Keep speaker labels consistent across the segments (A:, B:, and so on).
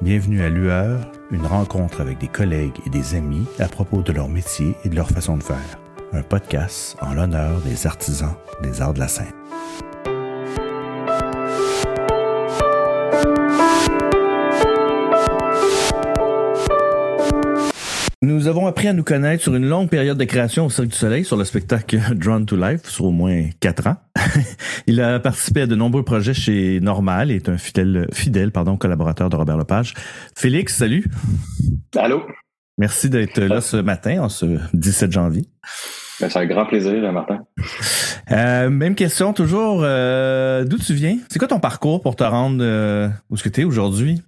A: Bienvenue à Lueur, une rencontre avec des collègues et des amis à propos de leur métier et de leur façon de faire. Un podcast en l'honneur des artisans des arts de la scène. Nous avons appris à nous connaître sur une longue période de création au Cirque du Soleil sur le spectacle Drawn to Life sur au moins quatre ans. Il a participé à de nombreux projets chez Normal et est un fidèle, fidèle pardon, collaborateur de Robert Lepage. Félix, salut.
B: Allô?
A: Merci d'être là ce matin, en ce 17 janvier.
B: Ben, c'est un grand plaisir, Martin.
A: Euh, même question toujours. euh, D'où tu viens? C'est quoi ton parcours pour te rendre euh, où ce que tu es aujourd'hui?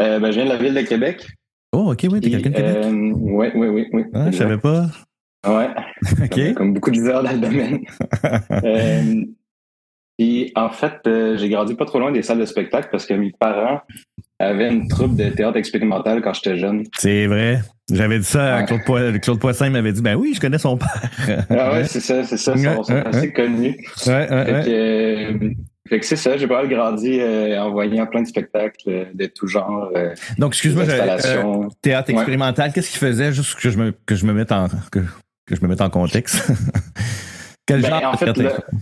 B: Euh, ben, je viens de la ville de Québec. euh,
A: Oh, OK, oui, t'es quelqu'un de Québec.
B: Oui, oui, oui. oui
A: Ah, je savais pas.
B: Ouais,
A: OK.
B: comme, comme beaucoup de viseurs dans le domaine. Euh, puis, en fait, euh, j'ai grandi pas trop loin des salles de spectacle parce que mes parents avaient une troupe de théâtre expérimental quand j'étais jeune.
A: C'est vrai. J'avais dit ça à
B: Ouais.
A: Claude, Poisson. Claude Poissin. Il m'avait dit, ben oui, je connais son père.
B: Ah ouais, c'est ça, c'est ça. Ils sont, sont
A: Ouais, ouais,
B: assez connus.
A: Ouais, ouais,
B: Fait
A: ouais.
B: que, euh, fait que c'est ça, j'ai pas mal grandi euh, en voyant plein de spectacles euh, de tout genre, euh,
A: Donc, excuse-moi,
B: des
A: j'avais- euh,
B: installations.
A: théâtre
B: Ouais.
A: expérimental, qu'est-ce qu'il faisait? Juste que je me, que je me mette en, que, que je me mette en contexte. Quel
B: Ben,
A: genre
B: en
A: de
B: fait,
A: théâtre
B: le-
A: expérimental?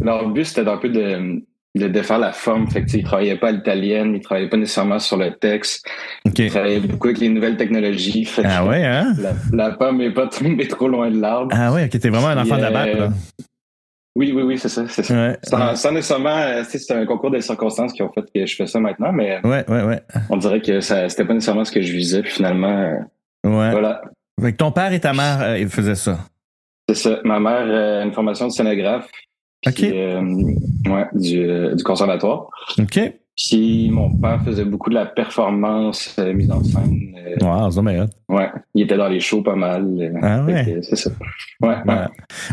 B: leur but, c'était un peu de, de défaire la forme. Fait que, tu sais, ils travaillaient pas à l'italienne, ils travaillaient pas nécessairement sur le texte,
A: OK.
B: ils travaillaient beaucoup avec les nouvelles technologies. Fait que
A: Ah ouais, hein?
B: la, la pomme est pas tombée trop loin de l'arbre.
A: Ah ouais, ok, t'es vraiment un enfant de la
B: Puis,
A: batte, là.
B: Oui, oui, oui, c'est ça. C'est ça.
A: Ouais,
B: Sans, sans nécessairement, euh, tu sais, c'est un concours des circonstances qui ont fait que je fais ça maintenant, mais
A: ouais, ouais, ouais.
B: on dirait que ça c'était pas nécessairement ce que je visais. Puis finalement, euh,
A: ouais.
B: voilà,
A: Fait que ton père et ta mère, euh, ils faisaient ça.
B: c'est ça. Ma mère euh, a une formation de scénographe. puis,
A: Ok.
B: euh, ouais, du, euh, du conservatoire.
A: OK.
B: Puis mon père faisait beaucoup de la performance, euh, mise en scène. euh,
A: Wow, c'est bien hot.
B: ouais, il était dans les shows pas mal. euh,
A: Ah
B: fait
A: ouais.
B: que C'est ça. Ouais, ouais.
A: Ouais.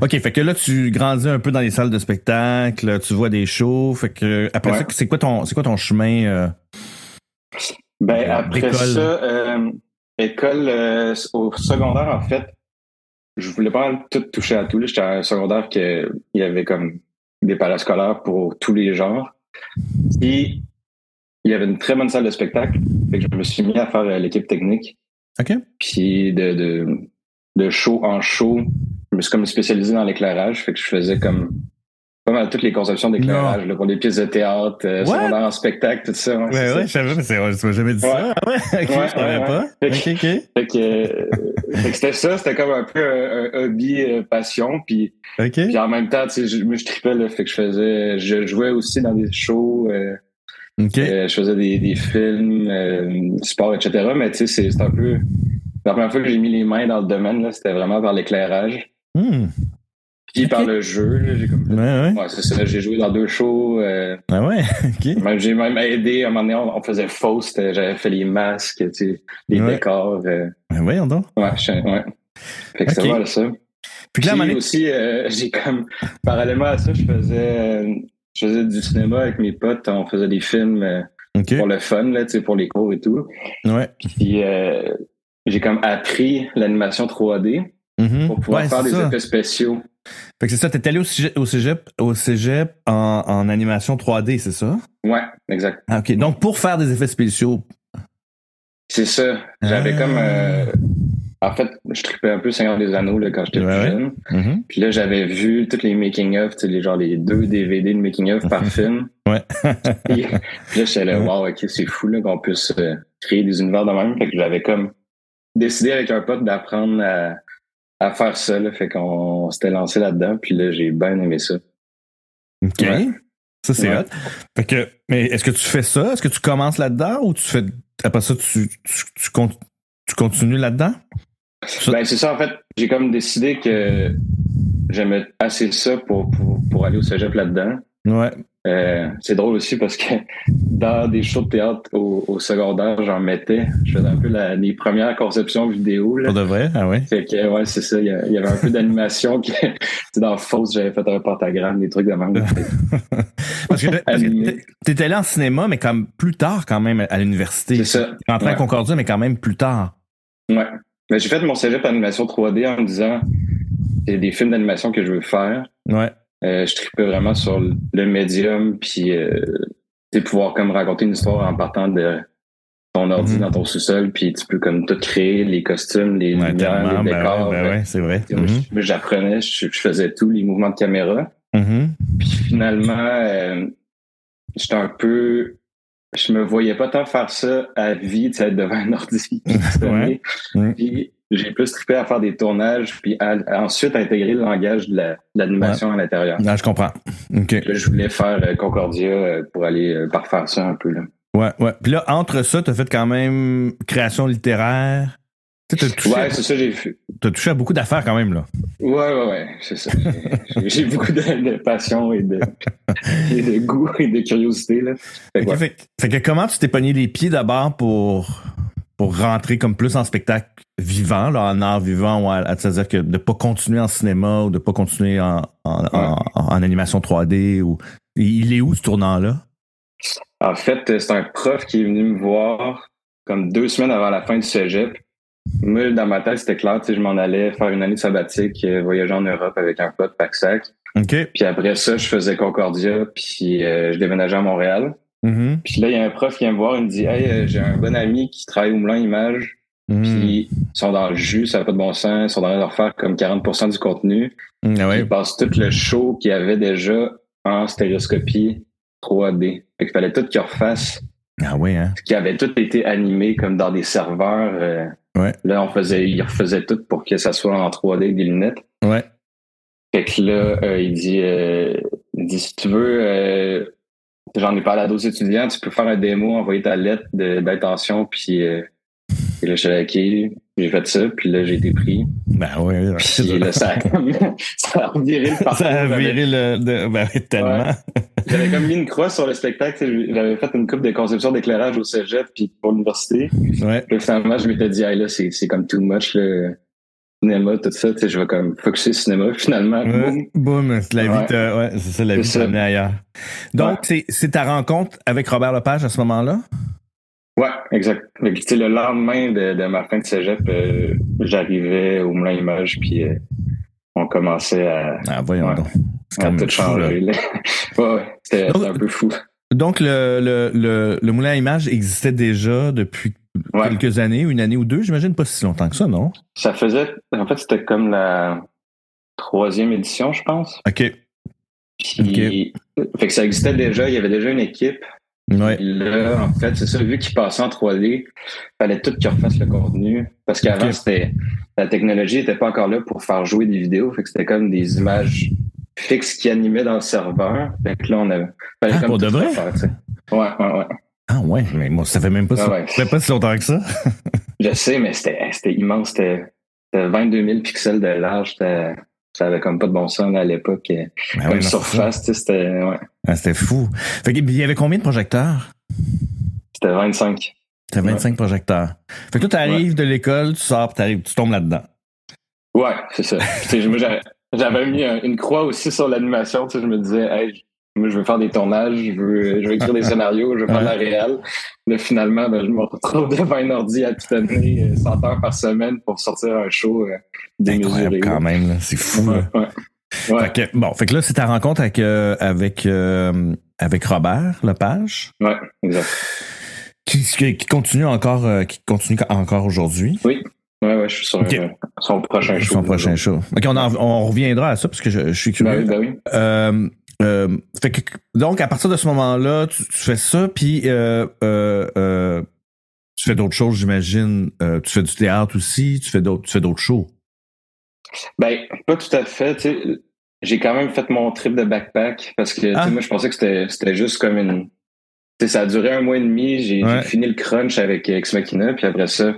A: OK, fait que là, tu grandis un peu dans les salles de spectacle, tu vois des shows. Fait que après
B: Ouais.
A: ça, c'est quoi ton c'est quoi ton chemin? euh,
B: Ben
A: Euh,
B: après
A: d'école.
B: ça, euh, école euh, au secondaire en fait, je voulais pas mal tout toucher à tout. là. J'étais à un secondaire que il y avait comme des parascolaires pour tous les genres. Puis il y avait une très bonne salle de spectacle. Fait que je me suis mis à faire euh, l'équipe technique.
A: OK.
B: puis de, de, de show en show. Je me suis comme spécialisé dans l'éclairage, fait que je faisais comme pas mal toutes les conceptions d'éclairage là, pour les pièces de théâtre, euh,
A: What?
B: secondaire en spectacle, tout ça. ouais, c'est
A: Ouais,
B: ça.
A: ouais, je savais, mais c'est- tu m'as jamais dit ça.
B: Ouais.
A: Ah ouais, ok,
B: Ouais,
A: je savais
B: ouais,
A: pas.
B: ouais.
A: OK, OK.
B: Fait que, euh, fait que c'était ça, c'était comme un peu un, un hobby euh, passion, puis,
A: OK.
B: puis en même temps, tu sais, je, moi, je tripais là, fait que je faisais, je jouais aussi dans des shows, euh,
A: OK.
B: euh, je faisais des, des films, euh, sport, etc. Mais tu sais, c'est c'est un peu la première fois que j'ai mis les mains dans le domaine là, c'était vraiment par l'éclairage.
A: Hmm.
B: Puis par
A: Ok.
B: le jeu, là, j'ai comme.
A: Ouais, ouais.
B: Ouais, c'est ça. J'ai joué dans deux shows. euh,
A: Ah ouais, OK.
B: même- j'ai même aidé. À un moment donné, on, on faisait faux. c'était- J'avais fait les masques, tu sais, les
A: Ouais.
B: décors. euh,
A: Ben voyons donc.
B: ouais, je- ouais. Fait que
A: Ok.
B: c'est mal, ça.
A: Puis que
B: Puis
A: là, à un moment donné-
B: aussi, euh, j'ai comme. Parallèlement à ça, je faisais. euh, je faisais du cinéma avec mes potes, on faisait des films euh,
A: OK.
B: pour le fun, là, tu sais, pour les cours et tout.
A: Ouais.
B: Puis euh, j'ai comme appris l'animation 3D
A: Mhm.
B: pour pouvoir
A: Ouais,
B: faire
A: c'est
B: des
A: ça.
B: effets spéciaux.
A: Fait que c'est ça, t'es allé au cégep, au cégep, au cégep en, en animation 3D, c'est ça?
B: Ouais, exact.
A: Ah, OK. Donc, pour faire des effets spéciaux.
B: C'est ça. J'avais
A: Ah.
B: comme. euh, en fait, je tripais un peu Seigneur des Anneaux là, quand j'étais
A: Ouais,
B: plus
A: ouais.
B: jeune.
A: Mm-hmm.
B: Puis là, j'avais vu tous les making-of, tu sais, les, genre les deux DVD de making-of par film.
A: Ouais.
B: puis, puis là, j'étais là, wow, ok, c'est fou là, qu'on puisse euh, créer des univers de même. Fait que j'avais comme décidé avec un pote d'apprendre à, à faire ça. Là. Fait qu'on s'était lancé là-dedans. Puis là, j'ai bien aimé ça.
A: OK.
B: Ouais.
A: Ça, c'est
B: Ouais.
A: hot. Fait que, mais est-ce que tu fais ça? Est-ce que tu commences là-dedans ou tu fais. Après ça, tu, tu, tu, con- tu continues là-dedans? Ça-
B: Ben, c'est ça, en fait. J'ai comme décidé que j'aimais assez ça pour, pour, pour aller au cégep là-dedans.
A: Ouais.
B: Euh, c'est drôle aussi parce que dans des shows de théâtre au, au secondaire, j'en mettais. Je faisais un peu la, les premières conceptions vidéo. Là.
A: Pour de vrai? Ah ouais.
B: Fait que, ouais, c'est ça. Il y, a- il y avait un peu d'animation. que- tu sais, dans Fausse, j'avais fait un portagramme, des trucs de même.
A: Parce que, parce que
B: Animé.
A: t'es- t'étais allé en cinéma, mais comme plus tard quand même à l'université.
B: C'est ça.
A: T'es rentré à
B: Ouais.
A: Concordia, mais quand même plus tard.
B: Ouais. Mais j'ai fait mon cégep d'animation 3D en me disant c'est des films d'animation que je veux faire.
A: Ouais.
B: Euh, je tripais vraiment sur le le médium, puis euh, tu sais, pouvoir comme raconter une histoire en partant de ton ordi
A: Mhm.
B: dans ton sous-sol, puis tu peux comme tout créer, les costumes, les
A: Ouais,
B: lumières,
A: tellement,
B: les
A: ben
B: décors.
A: ouais, ben ouais, c'est vrai.
B: Puis moi,
A: Mhm.
B: je- moi, J'apprenais, je, je faisais tous les mouvements de caméra.
A: Mhm.
B: Puis finalement, euh, j'étais un peu... Je me voyais pas tant faire ça à vie, tu sais, être devant un ordi. puis tout seul.
A: Ouais. Mhm.
B: Puis j'ai plus trippé à faire des tournages, puis à- à ensuite intégrer le langage de la- de l'animation à l'intérieur.
A: Ah, je comprends. OK.
B: Là, je voulais faire euh, Concordia euh, pour aller euh, parfaire ça un peu. Là.
A: Ouais, ouais. Puis là, entre ça, t'as fait quand même création littéraire. Tu sais, t'as touché,
B: Ouais, c'est ça, j'ai fait.
A: t'as touché à beaucoup d'affaires quand même, là.
B: Ouais, ouais, ouais, c'est ça. J'ai- j'ai beaucoup de, de passion et de, et de goût et de curiosité. Là. Fait que,
A: Ok,
B: ouais.
A: fait, que- fait que comment tu t'es pogné les pieds d'abord pour, pour rentrer comme plus en spectacle vivant, là, en art vivant, ou à- à- c'est-à-dire que de pas continuer en cinéma ou de pas continuer en, en, en- en animation 3D ou. Il est où ce tournant-là?
B: En fait, euh, c'est un prof qui est venu me voir comme deux semaines avant la fin du cégep. Moi, dans ma tête, c'était clair, tu sais, je m'en allais faire une année sabbatique, euh, voyager en Europe avec un pote pack-sac.
A: OK.
B: Puis après ça, je faisais Concordia, puis euh, je déménageais à Montréal.
A: Mhm.
B: Puis là, il y a un prof qui vient me voir, il me dit Hey, euh, j'ai un bon ami qui travaille au Moulin Image,
A: Mhm.
B: puis ils sont dans le jus, ça n'a pas de bon sens, ils sont en train de refaire comme 40 du contenu.
A: Ah
B: Puis
A: ouais.
B: Ils passent tout le show qu'il y avait déjà en stéréoscopie 3D. Fait qu'il fallait tout qu'ils refassent,
A: Ah ouais, hein?
B: qui avait tout été animé comme dans des serveurs. euh,
A: Ouais.
B: Là, on faisait, ils refaisaient tout pour que ça soit en 3D avec des lunettes.
A: Ouais.
B: Fait que là, euh, il dit, euh, il dit, si tu veux, euh, j'en ai parlé à d'autres étudiants, tu peux faire un démo, envoyer ta lettre de- d'intention, puis, euh, puis là, je suis OK, j'ai fait ça, puis là, j'ai été pris.
A: Ben ouais.
B: Puis euh, là, ça a, comme- ça a reviré le parcours.
A: Ça a viré le. de- ben ouais, tellement.
B: J'avais j'avais comme mis une croix sur le spectacle, tu sais, j'avais fait une coupe de conception d'éclairage au cégep, puis pour l'université.
A: Ouais.
B: Puis là, finalement, je m'étais dit, ah là, c'est c'est comme too much, le cinéma, tout ça, tu sais, je vais comme focusser cinéma. Finalement, boum,
A: Ouais, Boum, la vie
B: Ouais.
A: t'a- ouais, c'est ça, la
B: C'est
A: vie t'a
B: ça.
A: amené ailleurs. Donc,
B: Ouais.
A: c'est- c'est ta rencontre avec Robert Lepage à ce moment-là?
B: Ouais, exact. Fait que, tu sais, le lendemain de, de ma fin de cégep, euh, j'arrivais au Moulin Image, puis euh, on commençait à,
A: Ah, voyons
B: Ouais.
A: donc. C'est
B: à
A: quand même
B: tout
A: fou, là.
B: changer. là. ouais, ouais, c'était
A: Donc-
B: c'était un peu fou.
A: Donc, le, le, le, le moulin à images existait déjà depuis
B: Ouais.
A: quelques années, une année ou deux, j'imagine pas si longtemps que ça, non?
B: Ça faisait, en fait, c'était comme la troisième édition, je pense.
A: OK.
B: Puis, fait que ça existait déjà, il y avait déjà une équipe.
A: Ouais.
B: Puis Là, en fait, c'est ça, vu qu'ils passaient en 3D, fallait tout qu'ils refassent le contenu. Parce qu'avant,
A: Ok.
B: c'était la technologie n'était pas encore là pour faire jouer des vidéos. Fait que c'était comme des images fixes qui animaient dans le serveur. Fait que là, on avait. fallait
A: Ah, pour
B: tout
A: de vrai?
B: refaire, tu sais. Ouais, ouais, ouais.
A: Ah ouais, mais moi, ça fait même pas, si-
B: Ah ouais.
A: ça fait pas si longtemps que ça.
B: Je sais, mais c'était c'était immense. C'était c'était 22 000 pixels de large. C'était- Ça avait comme pas de bon sens là, à l'époque.
A: Ben ouais,
B: Comme
A: non, c'est ça.
B: surface, tu sais, c'était ouais,
A: Ah, C'était fou. Fait que, il y avait combien de projecteurs?
B: c'était 25.
A: T'as 25 projecteurs. Fait que toi, t'arrives de l'école, tu sors, puis t'arrives, tu tombes là-dedans.
B: Ouais, c'est ça. Tu sais, moi, j'avais- J'avais mis un- une croix aussi sur l'animation. tu sais, Je me disais, hey, moi, je veux faire des tournages, je veux, je veux écrire des scénarios, je veux faire de la réal. Là, finalement, ben, je me retrouve devant un ordi à pitonner euh, 100 heures par semaine pour sortir un show euh, démesuré.
A: Incroyable quand même, là. C'est fou, là.
B: Ouais, ouais. Ouais.
A: Fait que, bon, fait que là, c'est ta rencontre avec, euh, avec, euh, avec Robert Lepage,
B: Ouais, exact.
A: qui, qui qui continue encore, euh, qui continue encore aujourd'hui.
B: Ouais, ouais, je suis sur
A: Ok.
B: euh, son prochain show.
A: Son prochain show. OK, on, en- on reviendra à ça parce que je, je suis
B: Ben
A: curieux.
B: oui, ben oui.
A: Euh, euh, fait que, donc, à partir de ce moment-là, tu, tu fais ça, puis euh, euh, euh, tu fais d'autres choses, j'imagine. Euh, tu fais du théâtre aussi, tu fais d'autres tu fais d'autres shows.
B: Ben, pas tout à fait. tu sais, J'ai quand même fait mon trip de backpack parce que tu sais,
A: Ah.
B: moi, je pensais que c'était c'était juste comme une. tu sais, ça a duré un mois et demi. J'ai j'ai
A: Ouais.
B: fini le crunch avec Ex Machina. Puis après ça,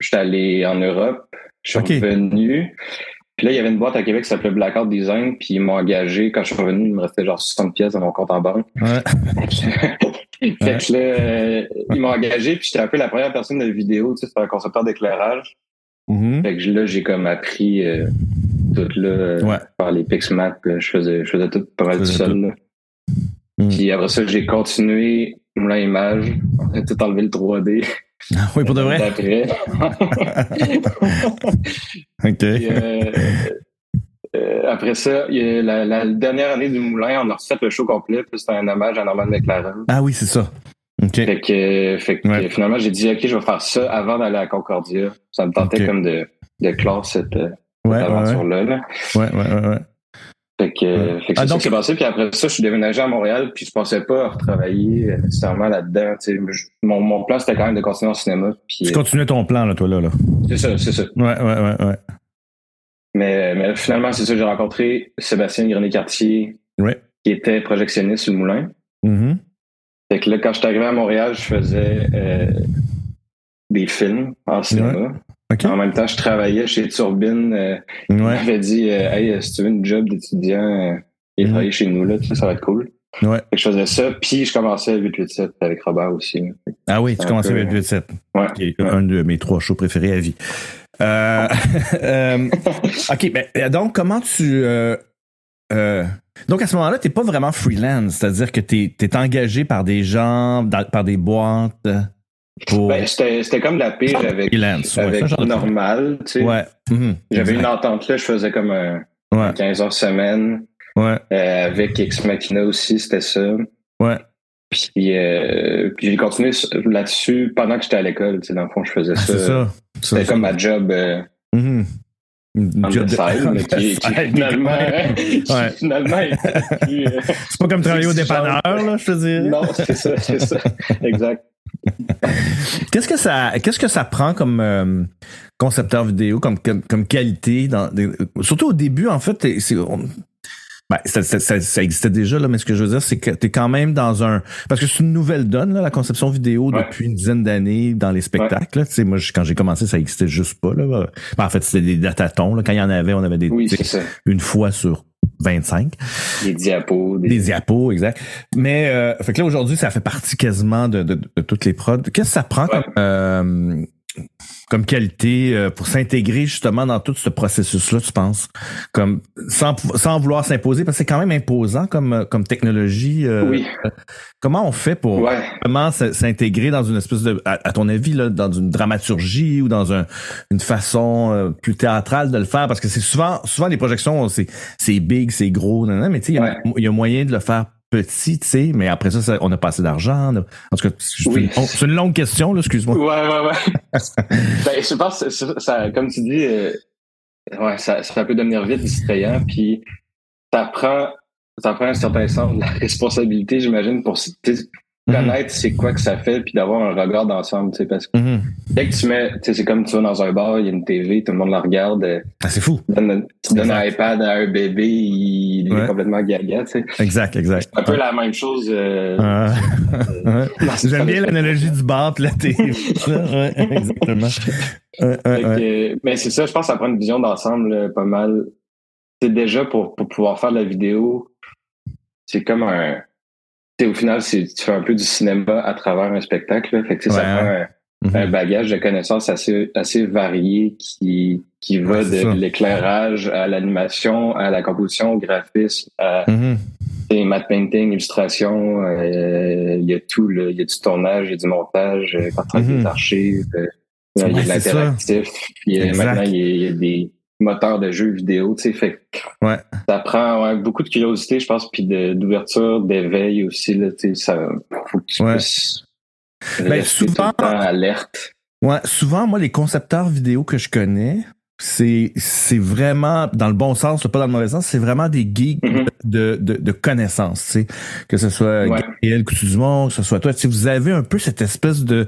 B: je suis allé en Europe. Je suis
A: Ok.
B: revenu. Puis là, il y avait une boîte à Québec qui s'appelait Blackout Design. Puis ils m'ont engagé. Quand je suis revenu, il me restait genre 60 pièces dans mon compte en banque.
A: Ouais.
B: fait que là, euh, ils m'ont engagé. Puis j'étais un peu la première personne de vidéo. Tu sais, c'est un concepteur d'éclairage.
A: Mhm.
B: Fait que là, j'ai comme appris euh, tout là, euh,
A: Ouais.
B: par les Pixmap. là, Je faisais, je faisais tout pas mal
A: Tu
B: tout
A: faisais
B: seul. là.
A: Mm.
B: Puis après ça, j'ai continué moulin image. On a tout enlevé le 3D.
A: Ah Oui, pour de vrai.
B: D'après.
A: OK.
B: Puis, euh, euh, après ça, il y a la, la dernière année du moulin, on a refait le show complet. puis C'était un hommage à Norman McLaren.
A: Ah oui, c'est ça. OK.
B: Fait que, fait que
A: Ouais.
B: finalement, j'ai dit, OK, je vais faire ça avant d'aller à Concordia. Ça me tentait
A: Ok.
B: comme de, de clore cette, euh,
A: Ouais, ouais, ouais,
B: aventure-là. là.
A: ouais, ouais, ouais, ouais.
B: Fait que, euh, fait
A: Ah,
B: que c'est ça
A: donc-
B: qui s'est passé. Puis après ça, je suis déménagé à Montréal, puis je pensais pas à retravailler euh, nécessairement là-dedans. Tu sais, je- Mon, mon plan, c'était quand même de continuer en cinéma. Puis,
A: Tu
B: euh,
A: continuais ton plan, là, toi, là. là.
B: c'est ça, c'est ça.
A: Ouais, ouais, ouais, ouais.
B: Mais, mais finalement, c'est ça, j'ai rencontré Sébastien Grenier-Cartier,
A: Ouais.
B: qui était projectionniste sur le moulin.
A: Mhm.
B: Fait que là, quand je suis arrivé à Montréal, je faisais euh, des films en cinéma.
A: OK.
B: En même temps, je travaillais chez Turbine. euh, Il
A: Ouais,
B: m'avait dit euh, Hey, euh, si tu veux une job d'étudiant euh, et
A: Mhm.
B: travailler chez nous, là, tu sais, ça va être cool.
A: ouais.
B: Fait que je faisais ça, puis je commençais à 887 avec Robert aussi. Ben, là.
A: Ah oui, tu
B: Un
A: commençais
B: peu.
A: avec 8-7.
B: Ouais.
A: Qui est un de mes trois shows préférés à vie. Euh, euh, OK, ben, donc, comment tu. euh, euh, donc, à ce moment-là, tu n'es pas vraiment freelance, c'est-à-dire que tu es, engagé par des gens, dans- par des boîtes pour
B: Ben, c'était c'était comme la pire avec,
A: freelance. Ouais,
B: avec
A: ça, j'entends.
B: normal. tu sais.
A: Ouais. Mhm.
B: J'avais une
A: Exact.
B: entente là, je faisais comme un
A: Ouais,
B: 15 heures semaine.
A: ouais,
B: Euh, avec Ex Machina aussi, c'était ça.
A: ouais.
B: Puis, euh, puis j'ai continué sur- là-dessus pendant que j'étais à l'école. tu sais, Dans le fond, je faisais
A: Ah, C'est
B: ça.
A: ça.
B: C'était
A: Ça, ça.
B: comme ma job. euh,
A: Mhm. Une
B: on
A: job
B: the
A: de-
B: side, mais qui, qui
A: Ouais.
B: finalement, qui finalement était plus, euh,
A: C'est pas comme travailler au dépanneur,
B: exigeante.
A: là, je te dirais.
B: non, c'est ça, c'est ça, exact.
A: Qu'est-ce que ça, qu'est-ce que ça prend comme euh, concepteur vidéo, comme, comme, comme qualité, dans, des- surtout au début, en fait, t'es- c'est, on- ben, ça, ça- ça- ça existait déjà, là, mais ce que je veux dire, c'est que tu es quand même dans un... Parce que c'est une nouvelle donne, là, la conception vidéo,
B: Ouais.
A: depuis une dizaine d'années dans les spectacles. là. Tu sais, Moi, je- quand j'ai commencé, ça existait juste pas. Là. Ben, en fait, c'était des datatons. Là. Quand il y en avait, on avait des
B: Oui,
A: tu sais,
B: c'est ça.
A: une fois sur 25.
B: Des diapos, des,
A: Des diapos, exact. Mais euh, fait que là aujourd'hui, ça fait partie quasiment de, de- de toutes les prods. Qu'est-ce que ça prend
B: Ouais.
A: comme, euh, comme qualité euh, pour s'intégrer justement dans tout ce processus-là, tu penses? Comme sans, pou- sans vouloir s'imposer, parce que c'est quand même imposant comme, euh, comme technologie. euh,
B: oui,
A: Comment on fait pour
B: ouais.
A: vraiment s- s'intégrer dans une espèce de à, à ton avis, là, dans une dramaturgie ou dans un, une façon euh, plus théâtrale de le faire? Parce que c'est souvent souvent les projections, c'est c'est big, c'est gros, nan, nan, mais tu sais, il y a-
B: Ouais.
A: il y, a moyen de le faire petit, tu sais, mais après ça, ça- on a pas assez d'argent. on a- En tout cas, c'est
B: Oui.
A: une- oh, c'est une longue question, là, excuse-moi.
B: Ouais, ouais, ouais. ben, je pense, que ça, ça- comme tu dis, euh, ouais, ça, ça peut devenir vite distrayant, puis ça prend, ça prend un certain sens de la responsabilité, j'imagine, pour tu sais,
A: Mhm. Mm-hmm.
B: connaître c'est quoi que ça fait, puis d'avoir un regard d'ensemble, tu sais, parce que
A: Mhm. Mhm.
B: dès que tu mets, tu sais, c'est comme tu vas dans un bar, il y a une TV, tout le monde la regarde, euh,
A: Ah, c'est fou.
B: tu donnes, tu donnes un iPad à un bébé, il, il
A: Ouais.
B: est complètement gaga, tu sais.
A: Exact, exact.
B: Un peu la même chose. euh,
A: Ah. Ouais.
B: dans ce
A: J'aime bien
B: cas-là.
A: l'analogie du bar pis la TV. Ouais, exactement. Ouais, ouais,
B: Fait
A: ouais.
B: que, mais c'est ça, je pense que ça prend une vision d'ensemble là, pas mal. C'est déjà pour, pour pouvoir faire de la vidéo, c'est comme un. tu sais, Au final, c'est- tu fais un peu du cinéma à travers un spectacle. là. Fait que, tu sais,
A: Ouais,
B: ça prend un,
A: Mhm.
B: un bagage de connaissances assez, assez varié qui, qui va
A: Ouais, c'est
B: de
A: ça.
B: l'éclairage à l'animation, à la composition, au graphisme, à
A: Mhm.
B: tu sais, matte painting, illustration. euh, Il y a tout, là. il y a du tournage, il y a du montage, euh, quand tu
A: Mhm.
B: des archives. euh, il y a
A: Ouais,
B: de
A: c'est ça.
B: l'interactif. Puis euh,
A: Exact.
B: maintenant, il y, a, il y a des moteurs de jeux vidéo. Tu sais, fait que
A: Ouais.
B: ça prend ouais, beaucoup de curiosité, je pense, puis de- d'ouverture, d'éveil aussi. Là, tu sais, ça faut que tu
A: Ouais.
B: puisses
A: Ben,
B: rester tout
A: souvent-
B: le temps alerte.
A: Ouais, souvent, moi, les concepteurs vidéo que je connais, c'est c'est vraiment, dans le bon sens, pas dans le mauvais sens, c'est vraiment des geeks
B: Mhm.
A: de, de, de connaissances, tu sais. Que ce soit euh,
B: Ouais.
A: Gabriel Coutu-Dumont, que ce soit toi, tu sais, vous avez un peu cette espèce de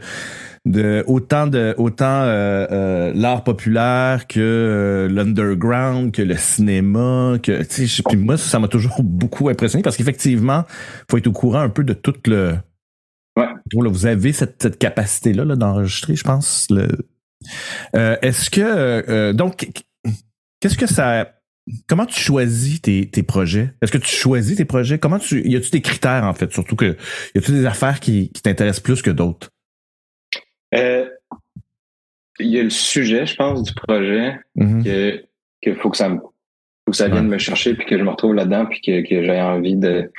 A: de autant de autant euh, euh, l'art populaire que euh, l'underground que le cinéma que tu sais je- puis moi ça ça m'a toujours beaucoup impressionné parce qu'effectivement faut être au courant un peu de tout le
B: Ouais.
A: Bon, là, vous avez cette, cette capacité là, d'enregistrer je pense le Euh, est-ce que euh, donc qu'est-ce que ça comment tu choisis tes, tes projets est-ce que tu choisis tes projets comment tu y a-tu des critères en fait surtout que y a-tu des affaires qui, qui t'intéressent plus que d'autres
B: Euh, il y a le sujet, je pense, du projet
A: Mhm.
B: que, que faut que ça me faut que ça vienne me chercher puis que je me retrouve là-dedans puis que, que j'ai envie de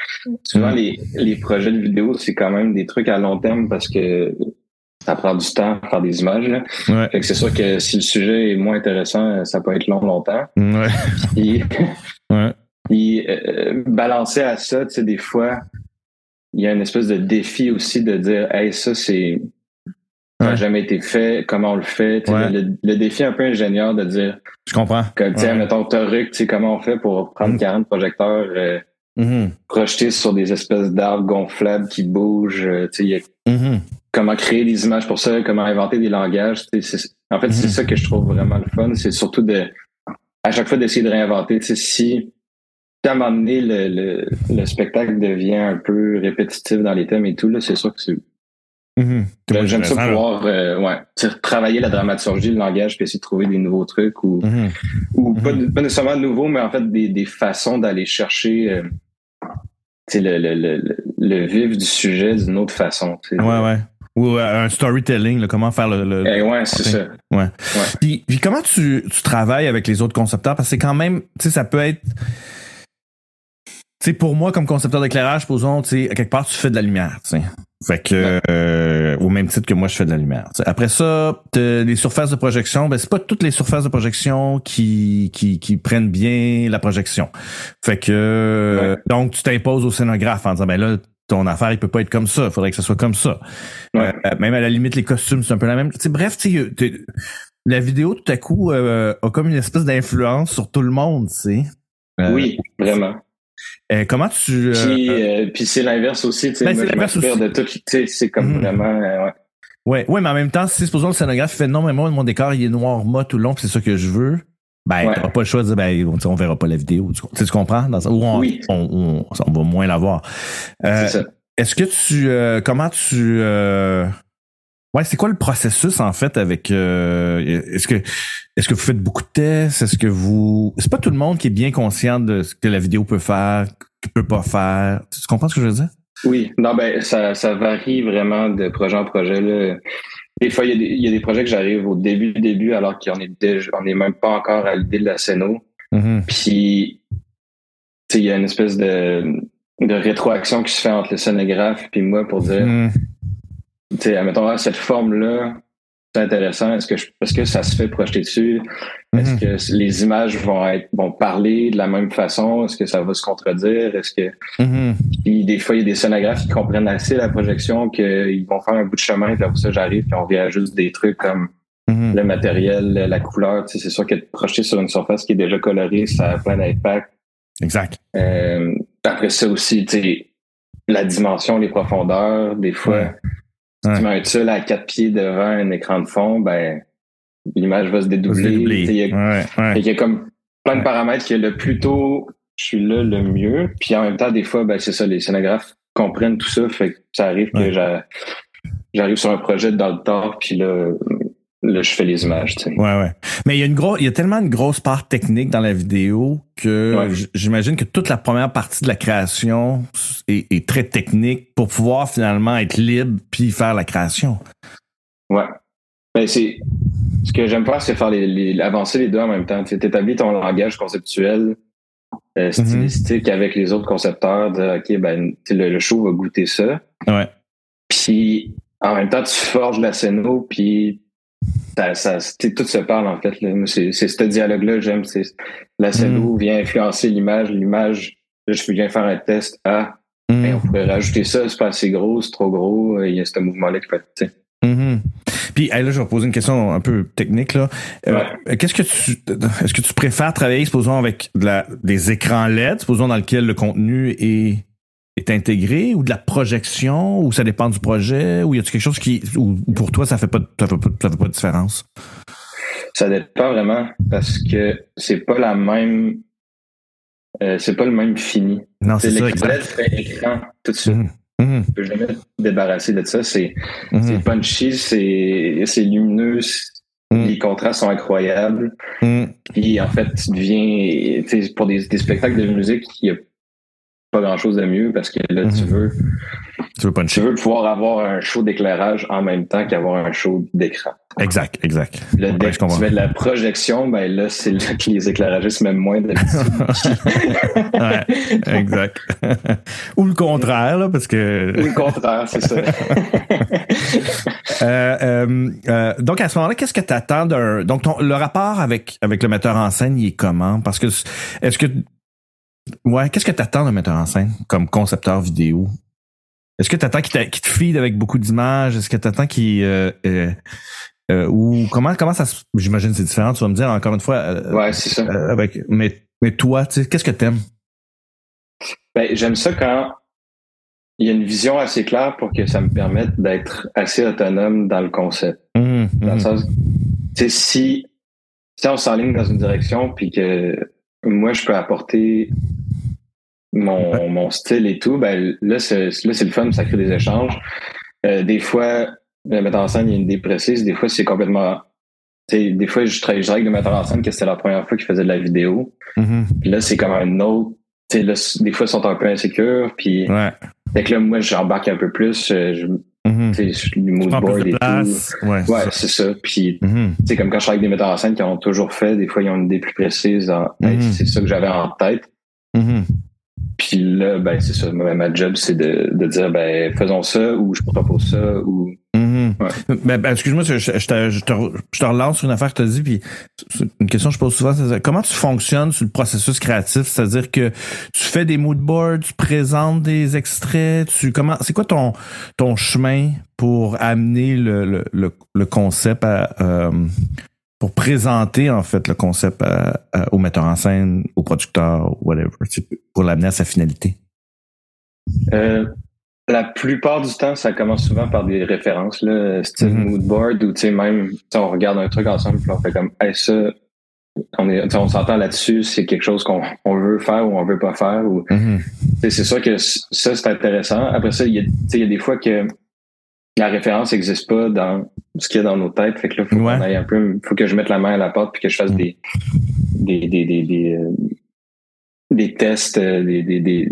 B: souvent
A: Mhm.
B: les, les projets de vidéo c'est quand même des trucs à long terme parce que ça prend du temps à faire des images là.
A: Ouais.
B: Fait que c'est sûr que si le sujet est moins intéressant, ça peut être long longtemps.
A: Mm-hmm. Ouais.
B: Puis,
A: Ouais.
B: puis, euh, balancer à ça, tu sais, des fois, il y a une espèce de défi aussi de dire, hey, ça, c'est, ça n'a
A: Ouais.
B: jamais été fait, comment on le fait. Tu sais,
A: Ouais.
B: Le, le défi un peu ingénieur de dire,
A: Je comprends.
B: comme, tiens,
A: Ouais.
B: mettons, Toruk, tu sais, comment on fait pour prendre
A: Mm.
B: 40 projecteurs euh,
A: Mhm.
B: projetés sur des espèces d'arbres gonflables qui bougent, euh, tu sais, il y a
A: Mhm.
B: comment créer des images pour ça, comment inventer des langages. tu sais, c'est- En fait, c'est
A: Mhm.
B: ça que je trouve vraiment le fun. C'est surtout de, à chaque fois d'essayer de réinventer. Tu sais, si, si à un moment donné, le, le, le spectacle devient un peu répétitif dans les thèmes et tout, là, c'est sûr que c'est, ben,
A: Mhm. C'est moins
B: j'aime ça
A: intéressant, là.
B: pouvoir, euh, ouais, tu sais, travailler la dramaturgie, le langage, puis essayer de trouver des nouveaux trucs ou,
A: Mhm.
B: ou pas,
A: Mhm.
B: pas nécessairement nouveaux, mais en fait, des, des façons d'aller chercher, euh, tu sais, le, le, le, le- le vif du sujet d'une autre façon. tu sais.
A: Ouais, ouais. Ou euh, un storytelling, là, comment faire le. le-
B: Eh ouais, c'est ça.
A: Puis, puis comment tu, tu travailles avec les autres concepteurs? Parce que c'est quand même, tu sais, ça peut être. Tu sais, pour moi, comme concepteur d'éclairage, posons, tu sais, à quelque part, tu fais de la lumière, tu sais. Fait que, euh, au même titre que moi, je fais de la lumière. tu sais. Après ça, t'as les surfaces de projection, ben, c'est pas toutes les surfaces de projection qui, qui, qui prennent bien la projection. Fait que, euh,
B: Ouais.
A: donc, tu t'imposes au scénographe en disant, ben là, ton affaire, il peut pas être comme ça, il faudrait que ça soit comme ça.
B: Ouais.
A: Euh, même à la limite, les costumes, c'est un peu la même. tu sais, bref, tu sais, t'es- la vidéo, tout à coup, euh, a comme une espèce d'influence sur tout le monde, tu sais. Euh,
B: Oui, vraiment.
A: euh, comment tu... euh,
B: Puis,
A: euh,
B: euh, puis c'est l'inverse aussi, tu sais,
A: Ben,
B: moi,
A: c'est
B: je
A: l'inverse
B: m'inspire
A: aussi.
B: de tout, tu sais, c'est comme
A: Mhm.
B: vraiment, euh, ouais.
A: ouais, ouais, mais en même temps, si, supposons, le scénographe fait « Non, mais moi, mon décor, il est noir mat tout le long, puis c'est ça que je veux », ben,
B: Ouais.
A: t'auras pas le choix de dire « Ben, on, on verra pas la vidéo. » Tu, tu sais, tu comprends? Dans, le sens- ou on,
B: Oui.
A: on, on- on va moins la voir. Euh,
B: c'est ça.
A: Est-ce que tu... euh, comment tu... euh, Ouais, c'est quoi le processus en fait avec euh, est-ce que est-ce que vous faites beaucoup de tests, est-ce que vous c'est pas tout le monde qui est bien conscient de ce que la vidéo peut faire, que peut pas faire. Tu tu comprends ce que je veux dire
B: Oui, non, ben, ça, ça varie vraiment de projet en projet, là. Des fois, il y, a des- il y a des projets que j'arrive au début, début, alors qu'on est déjà, on n'est même pas encore à l'idée de la scéno. Mm-hmm. Puis, tu sais, il y a une espèce de, de rétroaction qui se fait entre le scénographe puis moi pour dire,
A: Mhm.
B: tu sais, admettons, ah, cette forme-là, c'est intéressant, est-ce que je, est-ce que ça se fait projeter dessus?
A: Mhm.
B: Est-ce que les images vont être vont parler de la même façon? Est-ce que ça va se contredire? Est-ce que
A: Mhm.
B: puis des fois il y a des scénographes qui comprennent assez la projection qu'ils vont faire un bout de chemin puis après ça j'arrive puis on réajuste des trucs comme
A: Mhm.
B: le matériel, la couleur. Tu sais, c'est sûr que de projeter sur une surface qui est déjà colorée, ça a plein d'impact.
A: Exact.
B: Euh, après ça aussi, tu sais, la dimension, les profondeurs, des fois.
A: Ouais.
B: Si
A: Ouais.
B: tu mets un tulle à quatre pieds devant un écran de fond, ben l'image va se
A: Vous
B: dédoubler.
A: avez oublié.
B: Tu sais, il y a-
A: Ouais, ouais.
B: fait qu'il y a comme plein de
A: Ouais.
B: paramètres que le plus tôt je suis là, le mieux. Puis en même temps, des fois, ben, c'est ça, les scénographes comprennent tout ça. Fait que ça arrive que
A: Ouais.
B: j'a- j'arrive sur un projet dans le tard, puis là, là, je fais les images. tu sais.
A: Ouais, ouais. Mais il y a une grosse, il y a tellement une grosse part technique dans la vidéo que
B: Ouais.
A: j- j'imagine que toute la première partie de la création est, est très technique pour pouvoir finalement être libre puis faire la création.
B: Ouais. Ben, c'est ce que j'aime faire, c'est faire les, les- avancer les deux en même temps. Tu établis ton langage conceptuel, euh, stylistique avec les autres concepteurs, dire ok, ben tu sais, le, le show va goûter ça.
A: Ouais.
B: Puis en même temps, tu forges la scéno, puis ça, ça, tu sais, tout se parle en fait. là. Moi, C'est c'est ce dialogue-là, j'aime. c'est La scéno vient influencer l'image, l'image. Là, je viens faire un test. Ah,
A: Mm.
B: ben,
A: Mhm.
B: on pourrait rajouter ça, c'est pas assez gros, c'est trop gros. euh, Il y a ce mouvement-là qui peut être. tu sais.
A: Mhm. Puis hey, là, je vais reposer une question un peu technique. Là. Euh, Qu'est-ce que tu est-ce que tu préfères travailler, supposons, avec de la- des écrans LED, supposons dans lequel le contenu est, est intégré, ou de la projection, ou ça dépend du projet, ou y a-t-il quelque chose qui ou ou pour toi ça fait pas de- ça fait pas, ça fait pas de différence?
B: Ça dépend vraiment parce que c'est pas la même. euh, c'est pas le même fini.
A: Non,
B: C'est
A: Ah, c'est ça.
B: l'écran, E
A: exact.
B: c'est l'écran, tout de suite.
A: Mhm. Mhm.
B: Je peux jamais me débarrasser de ça. C'est
A: Mhm.
B: c'est punchy, c'est c'est lumineux, c'est-
A: Mm.
B: les contrastes sont incroyables.
A: Mhm.
B: Puis en fait, tu deviens, tu sais, pour des, des spectacles de musique, il n'y a pas grand chose de mieux parce que là, tu
A: Mhm.
B: veux,
A: Tu veux pas une
B: tu
A: chip.
B: veux pouvoir avoir un show d'éclairage en même temps qu'avoir un show d'écran.
A: Exact, exact.
B: Là,
A: Ouais,
B: dès
A: je
B: que tu
A: comprends.
B: fais de la projection, ben là, c'est là que les éclairagistes m'aiment moins d'habitude.
A: Ouais, exact. ou le contraire, là, parce que.
B: Ou le contraire, c'est ça.
A: Euh, euh, euh, donc à ce moment-là, qu'est-ce que tu attends d'un donc ton- le rapport avec avec le metteur en scène, il est comment Parce que c- est-ce que ouais, qu'est-ce que tu attends d'un metteur en scène comme concepteur vidéo Est-ce que tu attends qu'il qu te feed avec beaucoup d'images? Est-ce que tu attends qu'il... Euh, euh, euh, ou comment comment ça se... J'imagine c'est différent, tu vas me dire encore une fois. euh,
B: ouais, c'est ça.
A: avec, mais, mais toi, tu sais, qu'est-ce que t'aimes?
B: Ben, j'aime ça quand il y a une vision assez claire pour que ça me permette d'être assez autonome dans le concept.
A: Mmh,
B: Dans le
A: mmh.
B: sens, tu sais, si, si on s'enligne dans une direction, puis que moi, je peux apporter mon, mon style et tout, ben là, c'est là, c'est le fun, ça crée des échanges. Euh, des fois, le metteur en scène, il y a une idée précise. Des fois, c'est complètement... tu sais, Des fois, je travaille je travaille avec le metteur en scène que c'était la première fois qu'il faisait de la vidéo.
A: Mhm.
B: Puis là, c'est comme un autre... tu sais, Là, des fois, ils sont un peu insécures. Puis,
A: Ouais.
B: fait que là, moi, j'embarque un peu plus. euh, Je,
A: Mhm.
B: tu sais, je suis du
A: Tu
B: mood
A: prends
B: board
A: plus de
B: et tout.
A: place. Ouais. c'est
B: Ouais,
A: ça.
B: c'est ça. Puis,
A: Mhm.
B: c'est comme quand je travaille avec des metteurs en scène qui ont toujours fait, des fois, ils ont une idée plus précise. en- Hey,
A: Mhm.
B: C'est ça que j'avais en tête.
A: Mhm.
B: Puis là, ben, c'est ça. Ma, ma job, c'est de, de dire, ben, faisons ça ou je propose ça ou.
A: Mhm.
B: Ouais.
A: Ben, ben, excuse-moi, je, je- je te, je te re- je te relance sur une affaire que tu as dit, puis c'est une question que je pose souvent, c'est comment tu fonctionnes sur le processus créatif, c'est-à-dire que tu fais des mood boards, tu présentes des extraits, tu comment, c'est quoi ton ton chemin pour amener le le, le, le concept à euh, pour présenter en fait le concept à- à- au metteur en scène, au producteur, whatever, tu sais, pour l'amener à sa finalité.
B: Euh, la plupart du temps, ça commence souvent par des références, là, style
A: Mhm.
B: mood board, ou tu sais, même, tu sais, on regarde un truc ensemble, puis on fait comme, hey, ça, on est, tu sais, on s'entend là-dessus, c'est quelque chose qu'on on veut faire ou on veut pas faire, ou, tu sais, c'est sûr que c- ça, c'est intéressant. Après ça, il y a, tu sais, il y a des fois que la référence n'existe pas dans ce qu'il y a dans nos têtes, fait que là, faut
A: Ouais.
B: qu'on aille un peu, faut que je mette la main à la porte, puis que je fasse des, des, des, des, des, euh, des tests, euh, des, des, des,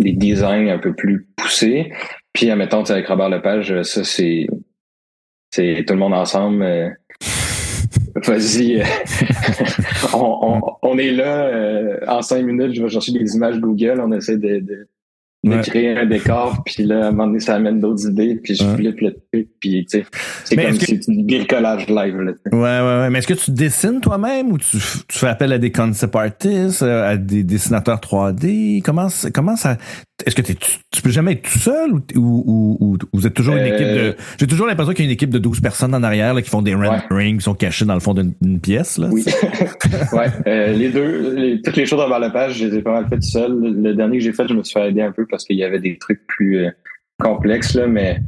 B: des designs un peu plus poussés. Puis, admettons, tu sais, avec Robert Lepage, euh, ça, c'est, c'est tout le monde ensemble. euh, Vas-y, euh, on, on, on est là euh, en cinq minutes. Je vais chercher des images Google. On essaie de, de, de
A: Ouais.
B: créer un décor. Puis là, à un moment donné, ça amène d'autres idées. Puis je
A: Ouais.
B: flippe le truc. Puis tu sais, c'est
A: Mais
B: comme
A: est-ce que-
B: si c'est du bricolage live. Là.
A: Ouais, ouais, ouais. Mais est-ce que tu dessines toi-même ou tu, f- tu fais appel à des concept artists, euh, à des dessinateurs 3D? Comment, c- comment ça. Est-ce que t'es, tu, tu peux jamais être tout seul ou, t- ou, ou, ou- ou vous êtes toujours une
B: Euh,
A: équipe de. J'ai toujours l'impression qu'il y a une équipe de 12 personnes en arrière là, qui font des renderings, qui sont cachés dans le fond d'une d'une pièce. Là.
B: Oui. ouais. Euh, les deux, les- toutes les choses dans la page, je les ai pas mal faites seul. Le dernier que j'ai fait, je me suis fait aider un peu parce qu'il y avait des trucs plus euh, complexes, là, mais.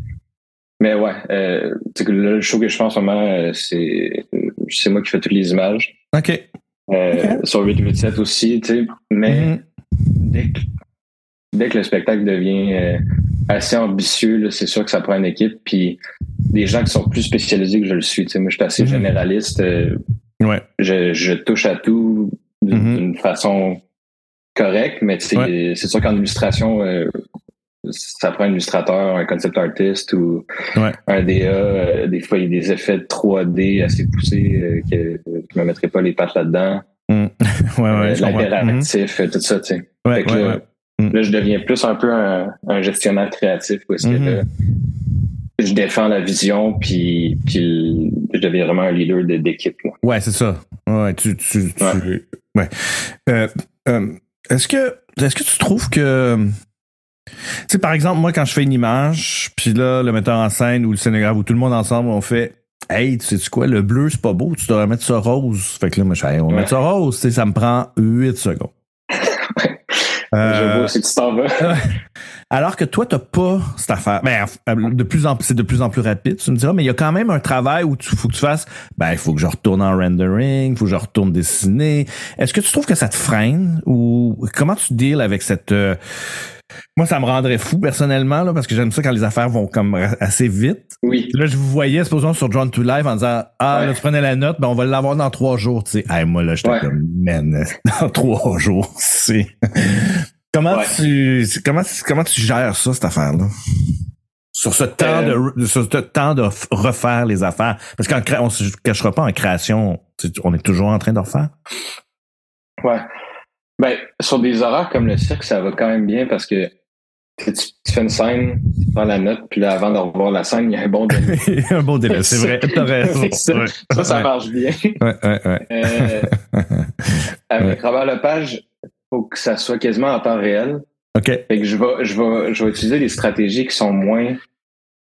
B: Mais ouais, euh, tu sais que le show que je fais en ce moment, euh, c'est euh, c'est moi qui fais toutes les images.
A: OK.
B: Euh, Sur 887 aussi, tu sais. Mais
A: Mhm.
B: dès que, dès que le spectacle devient euh, assez ambitieux, là, c'est sûr que ça prend une équipe. Puis des gens qui sont plus spécialisés que je le suis. Tu sais, moi, je suis assez
A: Mhm.
B: généraliste. euh,
A: Ouais.
B: je, je touche à tout d'une
A: Mhm.
B: d'une façon correcte, mais tu sais, c'est sûr qu'en illustration, euh, ça prend un illustrateur, un concept artist ou
A: Ouais.
B: un DA. euh, des fois, il y a des effets 3D assez poussés euh, que je me mettrais pas les pattes là-dedans.
A: Ouais, ouais,
B: Euh,
A: je comprends. Mhm.
B: L'interactif, euh, tout ça, tu sais.
A: Ouais,
B: Fait que
A: ouais,
B: là,
A: ouais. Mm.
B: là, je deviens plus un peu un, un gestionnaire créatif où est-ce que
A: Mhm.
B: là, je défends la vision, puis, puis je deviens vraiment un leader de- d'équipe. là.
A: Ouais, c'est ça. Ouais, tu, tu, tu- ouais.
B: Ouais.
A: Euh, euh, est-ce que, est-ce que tu trouves que, tu sais, par exemple, moi, quand je fais une image, puis là, le metteur en scène ou le scénographe ou tout le monde ensemble, on fait, hey, tu sais quoi, le bleu, c'est pas beau, tu devrais mettre ça rose. Fait que là, moi, je fais, Hey, on va
B: Ouais.
A: mettre ça rose, tu sais, ça me prend 8 secondes.
B: Je
A: Euh,
B: vois si tu t'en vas.
A: alors que toi, t'as pas cette affaire. Ben, de plus en plus, c'est de plus en plus rapide, tu me diras, mais il y a quand même un travail où tu faut que tu fasses, ben, il faut que je retourne en rendering, il faut que je retourne dessiner. Est-ce que tu trouves que ça te freine ou comment tu deals avec cette, euh, moi, ça me rendrait fou personnellement, là, parce que j'aime ça quand les affaires vont comme ra- assez vite.
B: Oui.
A: Là, je vous voyais, supposons, sur John to Live en disant, ah,
B: Ouais.
A: là, tu prenais la note, ben, on va l'avoir dans trois jours, tu sais. Hey, moi, là, j'étais
B: Ouais.
A: comme, man, dans trois jours, c'est. Comment
B: Ouais.
A: tu c'est- comment c'est- comment tu gères ça cette affaire là sur ce temps
B: Euh,
A: de sur ce temps de f- refaire les affaires parce qu'on on se cachera pas en création tu- on est toujours en train de refaire
B: Ouais. Ben, sur des horaires comme le cirque, ça va quand même bien parce que tu, tu- tu fais une scène, tu prends la note, puis là, avant de revoir la scène, il y a un bon délai.
A: un bon délai c'est vrai t'as raison
B: Ça,
A: ouais.
B: Ça, ça
A: Ouais.
B: marche bien.
A: Ouais, ouais, ouais.
B: Euh, avec Robert Lepage, faut que ça soit quasiment en temps réel.
A: OK.
B: Fait que je vais, je vais, je vais utiliser des stratégies qui sont moins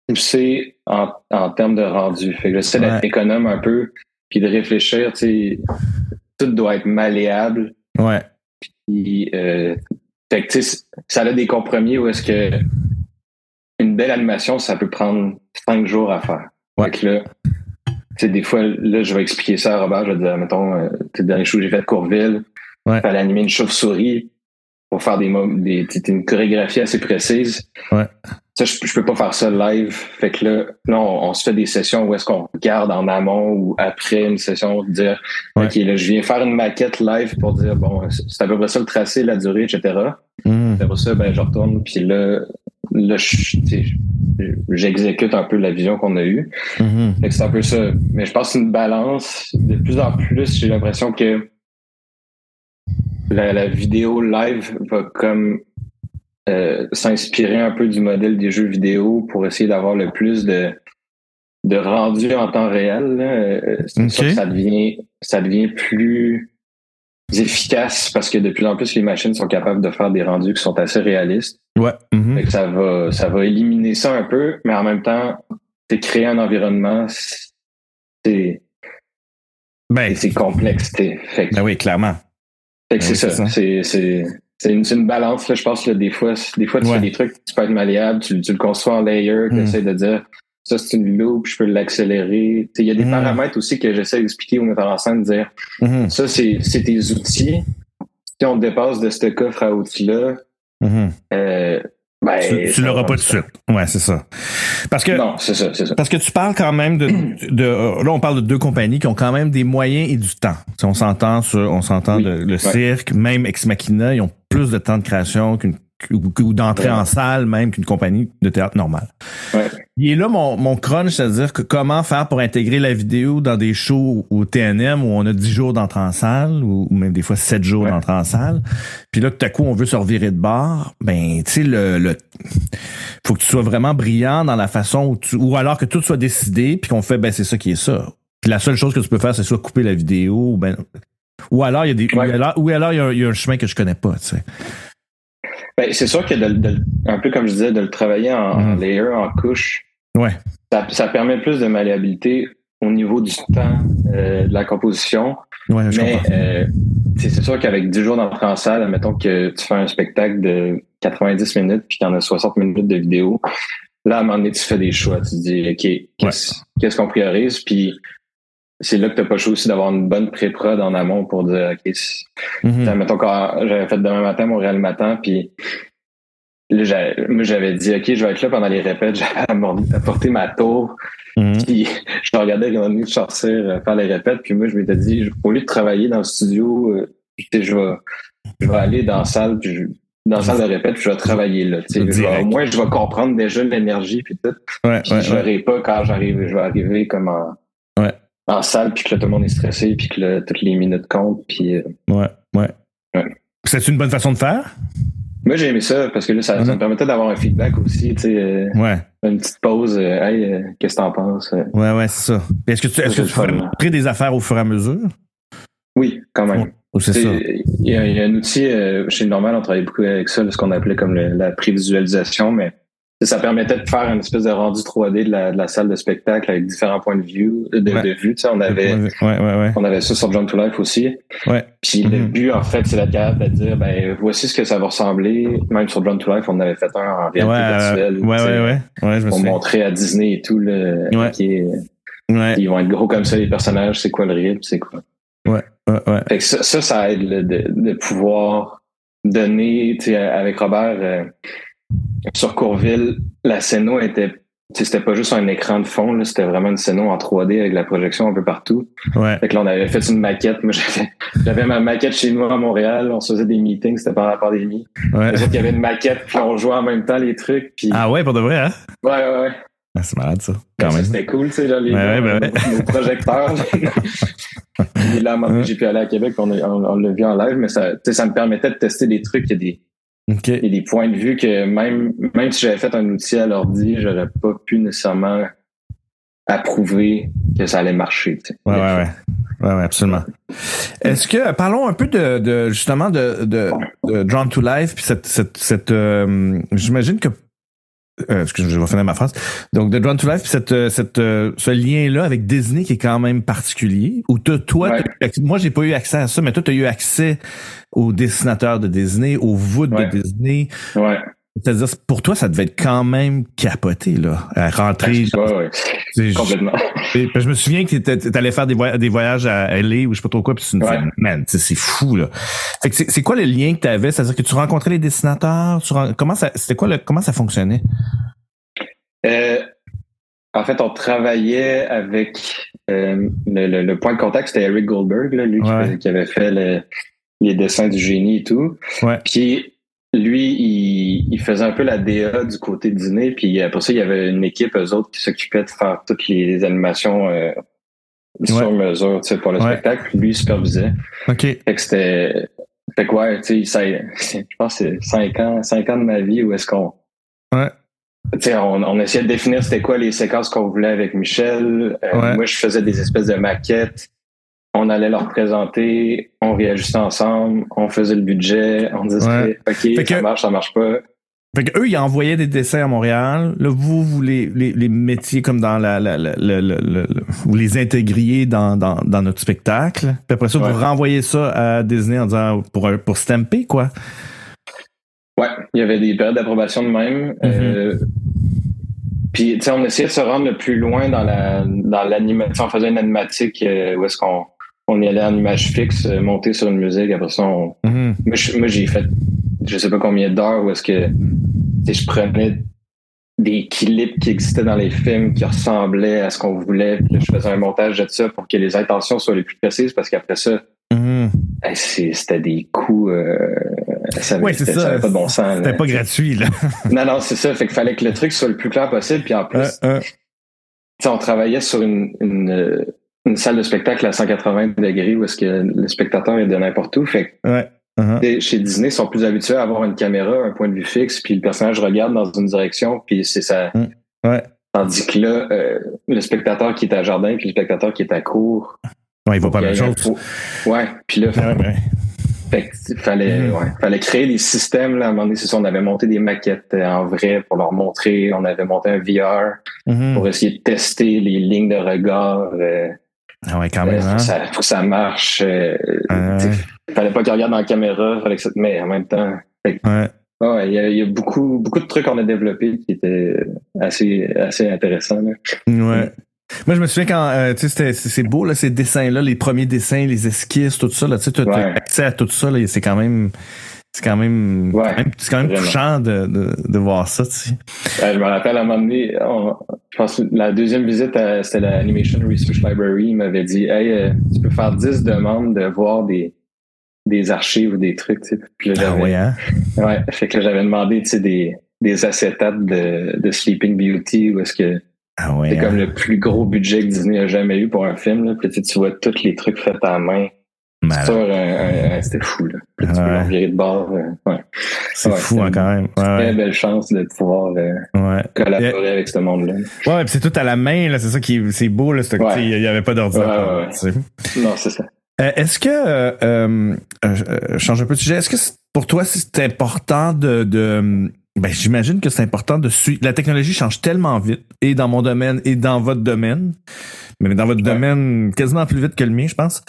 B: poussées en, en termes de rendu. Fait que j'essaie
A: Ouais.
B: d'être économe un peu, puis de réfléchir, tu sais, tout doit être malléable.
A: Ouais.
B: Puis, euh, fait que, tu sais, ça a des compromis où est-ce que une belle animation, ça peut prendre cinq jours à faire.
A: Ouais.
B: Fait que là, tu sais, des fois, là, je vais expliquer ça à Robert, je vais dire, mettons, euh, tu sais, le dernier show que j'ai fait de Courville,
A: Ouais.
B: fallait animer une chauve-souris pour faire des, mo- des tu sais, une chorégraphie assez précise.
A: Ouais.
B: Ça, je, je peux pas faire ça live. Fait que là, là, on, on se fait des sessions où est-ce qu'on regarde en amont ou après une session, dire
A: Ouais.
B: OK, là, je viens faire une maquette live pour dire, bon, c'est à peu près ça le tracé, la durée, etc.
A: Hmm.
B: Après ça, ben, je retourne, puis là, là je- tu sais, je- j'exécute un peu la vision qu'on a eue.
A: Mhm.
B: Fait que c'est un peu ça. Mais je pense que c'est une balance. De plus en plus, j'ai l'impression que la, la vidéo live va comme euh, s'inspirer un peu du modèle des jeux vidéo pour essayer d'avoir le plus de de rendu en temps réel. là. Euh, C'est
A: Ok.
B: sûr que ça devient ça devient plus efficace parce que de plus en plus les machines sont capables de faire des rendus qui sont assez réalistes.
A: Ouais. Mhm.
B: Fait que ça va, ça va éliminer ça un peu, mais en même temps, c'est créer un environnement, c'est,
A: Ben,
B: c'est complexe. t'sais. Fait que,
A: ben oui, clairement.
B: fait que
A: oui,
B: c'est
A: c'est
B: ça.
A: ça.
B: C'est, c'est, c'est une, c'est une balance, là, je pense, là, des fois, c'est- des fois, tu
A: Ouais.
B: fais des trucs, tu peux être malléable, tu, tu le construis en layer, tu
A: Mm.
B: essaies de dire, ça, c'est une loupe, je peux l'accélérer. T'sais, Il y a des
A: Mm.
B: paramètres aussi que j'essaie d'expliquer au metteur en scène, de dire,
A: Mhm.
B: ça, c'est, c'est tes outils. Si on te dépasse de ce coffre à outils-là,
A: Mhm.
B: euh, ben,
A: Tu, tu
B: ça
A: l'auras
B: va.
A: pas tout de suite. Ouais, c'est ça. Parce que
B: Non, c'est ça, c'est ça.
A: Parce que tu parles quand même de, de euh, là on parle de deux compagnies qui ont quand même des moyens et du temps. Tu sais, on s'entend sur on s'entend
B: Oui.
A: le, le cirque, même Ex Machina, ils ont plus de temps de création qu'une ou, ou d'entrée en
B: Vraiment.
A: salle même qu'une compagnie de théâtre normale.
B: Ouais.
A: Il est là mon, mon crunch, c'est-à-dire que comment faire pour intégrer la vidéo dans des shows au TNM où on a 10 jours d'entrée en salle ou, ou même des fois 7 jours
B: Ouais.
A: d'entrée en salle. Puis là, tout à coup, on veut se revirer de bord. Ben, tu sais, le, le, faut que tu sois vraiment brillant dans la façon où tu, ou alors que tout soit décidé puis qu'on fait, ben, c'est ça qui est ça. Puis la seule chose que tu peux faire, c'est soit couper la vidéo ou ben, ou alors il y a des, ou
B: Ouais.
A: alors, ou alors il y a un- il y, a un chemin que je connais pas, tu sais.
B: Ben, c'est sûr que de, de- un peu comme je disais, de le travailler en, en
A: Mm.
B: layer, en couche,
A: Ouais.
B: ça, ça permet plus de malléabilité au niveau du temps euh, de la composition.
A: Ouais, je
B: mais
A: comprends.
B: euh, c'est c'est sûr qu'avec 10 jours d'entrée en salle, admettons que tu fais un spectacle de 90 minutes puis qu'il y en a 60 minutes de vidéo, là, à un moment donné, tu fais des choix. Tu te dis, OK, qu'est-ce qu'est-ce qu'on priorise? Puis c'est là que tu pas le choix aussi d'avoir une bonne pré-prod en amont pour dire, OK, c'est-
A: Mhm.
B: T'sais, Mettons quand j'avais fait demain matin, Montréal matin, puis là, j'avais- moi, j'avais dit, OK, je vais être là pendant les répètes, j'avais amor- apporté ma tour,
A: Mhm.
B: puis je regardais quand on est sortir euh, faire les répètes, puis moi, je m'étais dit, je- au lieu de travailler dans le studio, euh, tu sais, je vais, je vais aller dans la salle, puis je- dans la salle de répète, puis je vais travailler là. tu sais. Je vais-
A: Direct.
B: au moins, je vais comprendre déjà l'énergie, puis tout.
A: Ouais,
B: Puis
A: ouais,
B: je
A: ouais.
B: verrai pas quand j'arrive, je vais arriver comme en,
A: Ouais.
B: en salle, puis que là, tout le monde est stressé, puis que là, toutes les minutes comptent, puis... euh,
A: Ouais, ouais.
B: Ouais.
A: C'est une bonne façon de faire?
B: Moi, j'ai aimé ça parce que là, ça, ça
A: Mhm.
B: me permettait d'avoir un feedback aussi, tu sais, euh,
A: Ouais,
B: une petite pause. euh, hey, euh, qu'est-ce que t'en penses? Euh,
A: ouais, ouais, c'est ça. Puis Est-ce que tu, est-ce que
B: c'est
A: tu
B: le fun.
A: ferais montrer des affaires au fur et à mesure?
B: Oui, quand même.
A: Ou c'est
B: Tu
A: ça?
B: sais, Il y, a- il y a un outil, euh, chez Normal, on travaillait beaucoup avec ça, ce qu'on appelait comme le- la prévisualisation, mais ça permettait de faire une espèce de rendu 3D de la, de la salle de spectacle avec différents points de vue. De, de
A: Ouais.
B: vue tu sais, on avait,
A: Ouais, ouais, ouais.
B: on avait ça sur John to Life aussi.
A: Ouais.
B: Puis le
A: Mhm.
B: but, en fait, c'est d'être capable de dire, ben, voici ce que ça va ressembler. Même sur John to Life, on avait fait un en
A: Ouais, euh,
B: réalité virtuelle.
A: ouais, ouais,
B: tu sais,
A: ouais, ouais, ouais, je me
B: Pour
A: souviens.
B: montrer à Disney et tout, le
A: Ouais. Ouais,
B: Ils vont être gros comme ça, les personnages, c'est quoi le rythme, c'est quoi.
A: ouais, ouais.
B: Fait que ça, ça, ça aide là, de, de pouvoir donner, tu sais, avec Robert, euh, sur Courville, la scéno était, tu sais, c'était pas juste un écran de fond, là, c'était vraiment une scéno en 3D avec la projection un peu partout.
A: ouais.
B: Fait que là, on avait fait une maquette. Moi, j'avais, j'avais ma maquette chez nous à Montréal, on se faisait des meetings, c'était pendant la pandémie.
A: ouais.
B: Les autres, Il y avait une maquette, puis on jouait en même temps les trucs, puis...
A: Ah ouais, pour de vrai, hein?
B: Ouais, ouais, ouais.
A: Ah, c'est malade, ça.
B: Mais
A: Quand
B: ça,
A: même.
B: C'était cool, tu sais, là, les,
A: Ouais, ouais, ben
B: nos, nos projecteurs. Et là, à un moment donné, j'ai pu aller à Québec, on, a- on, on l'a vu en live, mais ça, tu sais, ça me permettait de tester des trucs, il y a des,
A: OK.
B: il y a des points de vue que même, même si j'avais fait un outil à l'ordi, j'aurais pas pu nécessairement à prouver que ça allait marcher. tu sais.
A: Ouais, ouais, ouais. Ouais, ouais, absolument. Est-ce que euh, parlons un peu de, de justement de, de, de Drawn to Life puis cette cette, cette euh, j'imagine que euh, excusez, je vais finir ma phrase. Donc de Drawn to Life puis cette euh, cette euh, ce lien là avec Disney qui est quand même particulier où t'as- toi
B: Ouais.
A: t'as eu acc- moi j'ai pas eu accès à ça mais toi tu as eu accès aux dessinateurs de Disney, aux voûtes
B: Ouais.
A: de Disney.
B: Ouais.
A: C'est-à-dire pour toi ça devait être quand même capoté là à rentrer
B: Ouais, ouais,
A: C'est-
B: Ben, complètement.
A: et- parce que je me souviens que t'étais- t'allais faire des, voy- des voyages à LA ou je sais pas trop quoi, puis tu me disais,
B: Ouais.
A: man, tu sais, c'est fou, là. Fait que c'est c'est quoi le lien que t'avais? C'est-à-dire que tu rencontrais les dessinateurs? Tu ren- comment ça, c'était quoi le, comment ça fonctionnait?
B: Euh, en fait, on travaillait avec euh, le, le- le point de contact, c'était Eric Goldberg, là, lui qui,
A: Ouais.
B: faisait- qui avait fait le- les dessins du génie et tout.
A: Ouais.
B: Puis lui, il, il faisait un peu la DA du côté dîner. Puis après ça, il y avait une équipe, eux autres, qui s'occupait de faire toutes les animations euh, sur mesure tu sais, pour le
A: Ouais.
B: spectacle. Puis lui, il supervisait.
A: OK.
B: Fait que c'était. Fait que ouais, tu sais, ça- je pense que c'est cinq ans, cinq ans de ma vie où est-ce qu'on.
A: Ouais.
B: Tu sais, on, on essayait de définir c'était quoi les séquences qu'on voulait avec Michel. Euh,
A: Ouais.
B: Moi, je faisais des espèces de maquettes. On allait leur présenter, on réajustait ensemble, on faisait le budget, on disait
A: Ouais.
B: OK,
A: Fait
B: ça
A: que-
B: marche, ça marche pas.
A: Fait que eux, ils envoyaient des dessins à Montréal. Là, vous, vous les, les, les mettiez comme dans la, la, la- la- la- la- la- vous les intégriez dans, dans, dans notre spectacle. Puis après ça,
B: Ouais.
A: vous renvoyez ça à Disney en disant pour, un- pour stamper, quoi.
B: Ouais, il y avait des périodes d'approbation de même. Euh,
A: Mhm.
B: puis, tu sais, on essayait de se rendre le plus loin dans la dans l'animation. On faisait une animatique euh, où est-ce qu'on on y allait en image fixe, euh, monter sur une musique. Après ça, on...
A: Mhm.
B: moi, je- moi, j'ai fait je sais pas combien d'heures où est-ce que tu sais, je prenais des clips qui existaient dans les films qui ressemblaient à ce qu'on voulait. Puis là, je faisais un montage de ça pour que les intentions soient les plus précises parce qu'après ça,
A: Mhm.
B: hey, c'est- c'était des coups... Euh, ça avait-
A: Ouais, c'est
B: c'était-
A: ça.
B: ça avait pas de bon sens. là.
A: C'était pas gratuit, là.
B: Non, non, c'est ça. Fait qu'il fallait que le truc soit le plus clair possible. Puis en plus, tu
A: Euh, euh,
B: sais, on travaillait sur une, une, euh, une salle de spectacle à 180 degrés où est-ce que le spectateur est de n'importe où. Fait que
A: ouais. Uh-huh.
B: tu sais, chez Disney, ils sont plus habitués à avoir une caméra, un point de vue fixe, puis le personnage regarde dans une direction, puis c'est ça.
A: Mm. Ouais.
B: Tandis que là, euh, le spectateur qui est à jardin, puis le spectateur qui est à cour.
A: Ouais, il va pas
B: il y
A: la
B: a
A: même
B: un
A: chose.
B: faux- Ouais. Puis là,
A: Ouais, ouais.
B: Fait que t- fallait,
A: Mhm.
B: ouais, fallait créer des systèmes. Là, à un moment donné, c'est ça, on avait monté des maquettes euh, en vrai pour leur montrer. On avait monté un VR
A: Mhm.
B: pour essayer de tester les lignes de regard. Euh,
A: Ah ouais, quand
B: euh,
A: même,
B: faut,
A: hein?
B: que ça, faut que ça marche. Euh,
A: Ah
B: t'sais, Fallait pas qu'ils regardent dans la caméra. Fallait que ça... Mais en même temps,
A: ouais.
B: ouais, il y a, il y a beaucoup, beaucoup de trucs qu'on a développés qui étaient assez, assez intéressants. là.
A: Ouais. Ouais. Moi, je me souviens quand, euh, tu sais, c'était- c'est c'est beau, là, ces dessins-là, les premiers dessins, les esquisses, tout ça, là, tu sais, t'as t'as
B: Ouais.
A: accès à tout ça, là, et c'est quand même, c'est quand même,
B: Ouais,
A: quand même- c'est quand même
B: vraiment.
A: touchant de, de, de voir ça, tu sais.
B: Euh, je me rappelle à un moment donné, on- je pense que la deuxième visite, à- c'était la Animation Research Library. Il m'avait dit Hey, euh, tu peux faire 10 demandes de voir des, des archives ou des trucs. tu sais. Puis là,
A: Ah
B: j'avais-
A: ouais, hein?
B: ouais, fait que là, j'avais demandé tu sais, des, des acétates de, de Sleeping Beauty, où est-ce que
A: Ah ouais.
B: c'est
A: hein.
B: comme le plus gros budget que Disney a jamais eu pour un film. Là. Puis tu sais, tu vois tous les trucs faits à la main.
A: Malade.
B: Sur un- un- un- C'était fou. Là. Puis là, tu peux
A: Ouais.
B: l'en virer de bord. euh, ouais.
A: C'est
B: ouais,
A: fou,
B: c'est
A: hein, quand même.
B: Très
A: Ouais,
B: belle chance de pouvoir euh,
A: ouais. ouais.
B: collaborer avec ce monde-là.
A: Ouais, pis c'est tout à la main, là, c'est ça qui est, c'est beau, là, c'est- tu
B: Ouais.
A: sais, il y avait pas d'ordinateur,
B: Ouais, ouais, ouais.
A: tu sais.
B: Non, c'est ça.
A: Euh, est-ce que, euh, euh, euh, je change un peu de sujet, est-ce que c'est- pour toi c'est important de, de ben, j'imagine que c'est important de suivre. La technologie change tellement vite, et dans mon domaine, et dans votre domaine, mais dans votre
B: Ouais.
A: domaine quasiment plus vite que le mien, je pense,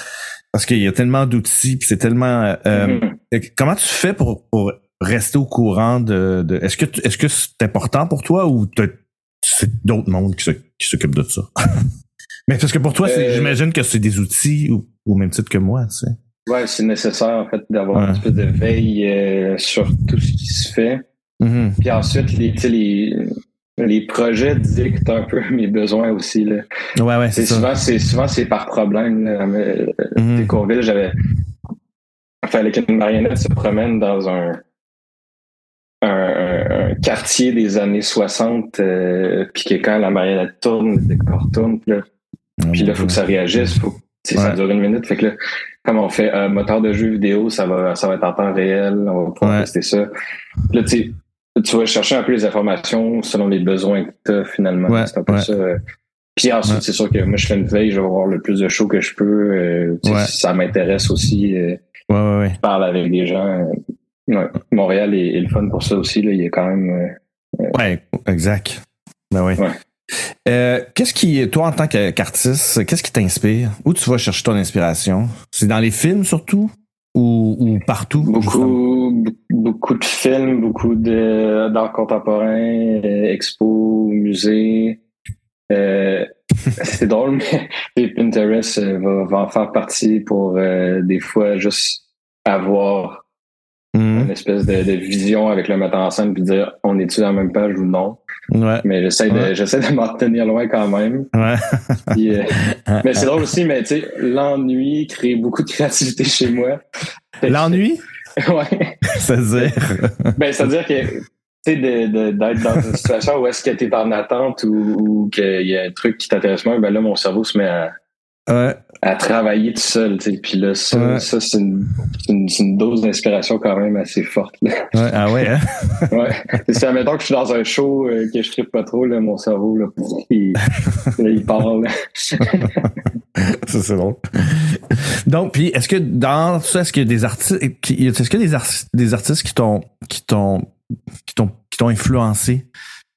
A: parce qu'il y a tellement d'outils, puis c'est tellement. euh,
B: Mhm.
A: euh, Comment tu fais pour, pour rester au courant de, de- est-ce que tu- est-ce que c'est important pour toi ou t'as- c'est d'autres mondes qui s'oc- qui s'occupent de ça? mais parce que pour toi, c'est-
B: Euh,
A: j'imagine que c'est des outils ou au même titre que moi, tu sais.
B: Ouais, c'est nécessaire en fait d'avoir
A: Ouais.
B: une espèce de veille euh, sur tout ce qui se fait.
A: Mhm.
B: Puis ensuite, les, tu sais, les, les projets dictent un peu mes besoins aussi. Là.
A: Ouais, ouais,
B: C'est
A: c'est ça.
B: souvent, c'est souvent c'est par problème. Là. Mais, euh,
A: Mhm.
B: Des Courville, j'avais fallait qu'une marionnette se promène dans un un, un- un quartier des années 60, euh, puis que quand la marionnette tourne, le décor tourne, puis là,
A: Ah,
B: Puis
A: mon
B: là, faut
A: Dieu.
B: que ça réagisse. Faut, que- tu sais, Ça
A: Ouais.
B: dure une minute. Fait que là, comme on fait euh, moteur de jeu vidéo, ça va, ça va être en temps réel. On va pouvoir
A: Ouais.
B: tester ça. Là, tu sais, tu vas chercher un peu les informations selon les besoins que tu as finalement.
A: Ouais,
B: C'est un peu
A: ouais.
B: ça. euh, Puis ensuite, ouais. c'est sûr que moi, je fais une veille, je vais voir le plus de shows que je peux. Euh, ouais. si ça m'intéresse aussi. Euh,
A: ouais, ouais, Je
B: parle avec des gens. Euh, Montréal est, est, le fun pour ça aussi. Là. Il est quand même. euh,
A: ouais, exact. Ben oui. qu'est-ce qui, toi en tant qu'artiste, qu'est-ce qui t'inspire? Où tu vas chercher ton inspiration? C'est dans les films surtout? Ou, ou, partout?
B: Beaucoup, beaucoup de films, beaucoup d'art contemporain, expos, musées. Euh, c'est drôle, mais Pinterest va, va, en faire partie pour euh, des fois juste avoir mm.
A: Mm-hmm.
B: une espèce de, de, vision avec le metteur en scène puis dire on est-tu dans la même page ou non.
A: Ouais.
B: Mais j'essaie de, ouais. de m'en tenir loin quand même.
A: Ouais.
B: Puis, euh, mais c'est drôle aussi, mais tu sais, l'ennui crée beaucoup de créativité chez moi.
A: L'ennui?
B: ouais.
A: C'est-à-dire?
B: ben, c'est-à-dire que d'être de, de, dans une situation où est-ce que tu es en attente ou, ou qu'il y a un truc qui t'intéresse moins, ben là, mon cerveau se met à,
A: ouais.
B: à travailler tout seul. T'sais. Puis là, ça, ouais. ça c'est une, une, une, dose d'inspiration quand même assez forte. Là.
A: Ouais, ah ouais, hein?
B: ouais. C'est admettons que je suis dans un show euh, que je tripe pas trop, là, mon cerveau, là, il, là, il parle.
A: ça, c'est drôle. Donc, puis, est-ce que dans ça, est-ce qu'il y a des artistes, est-ce que des, art des artistes qui t'ont, qui t'ont qui t'ont influencé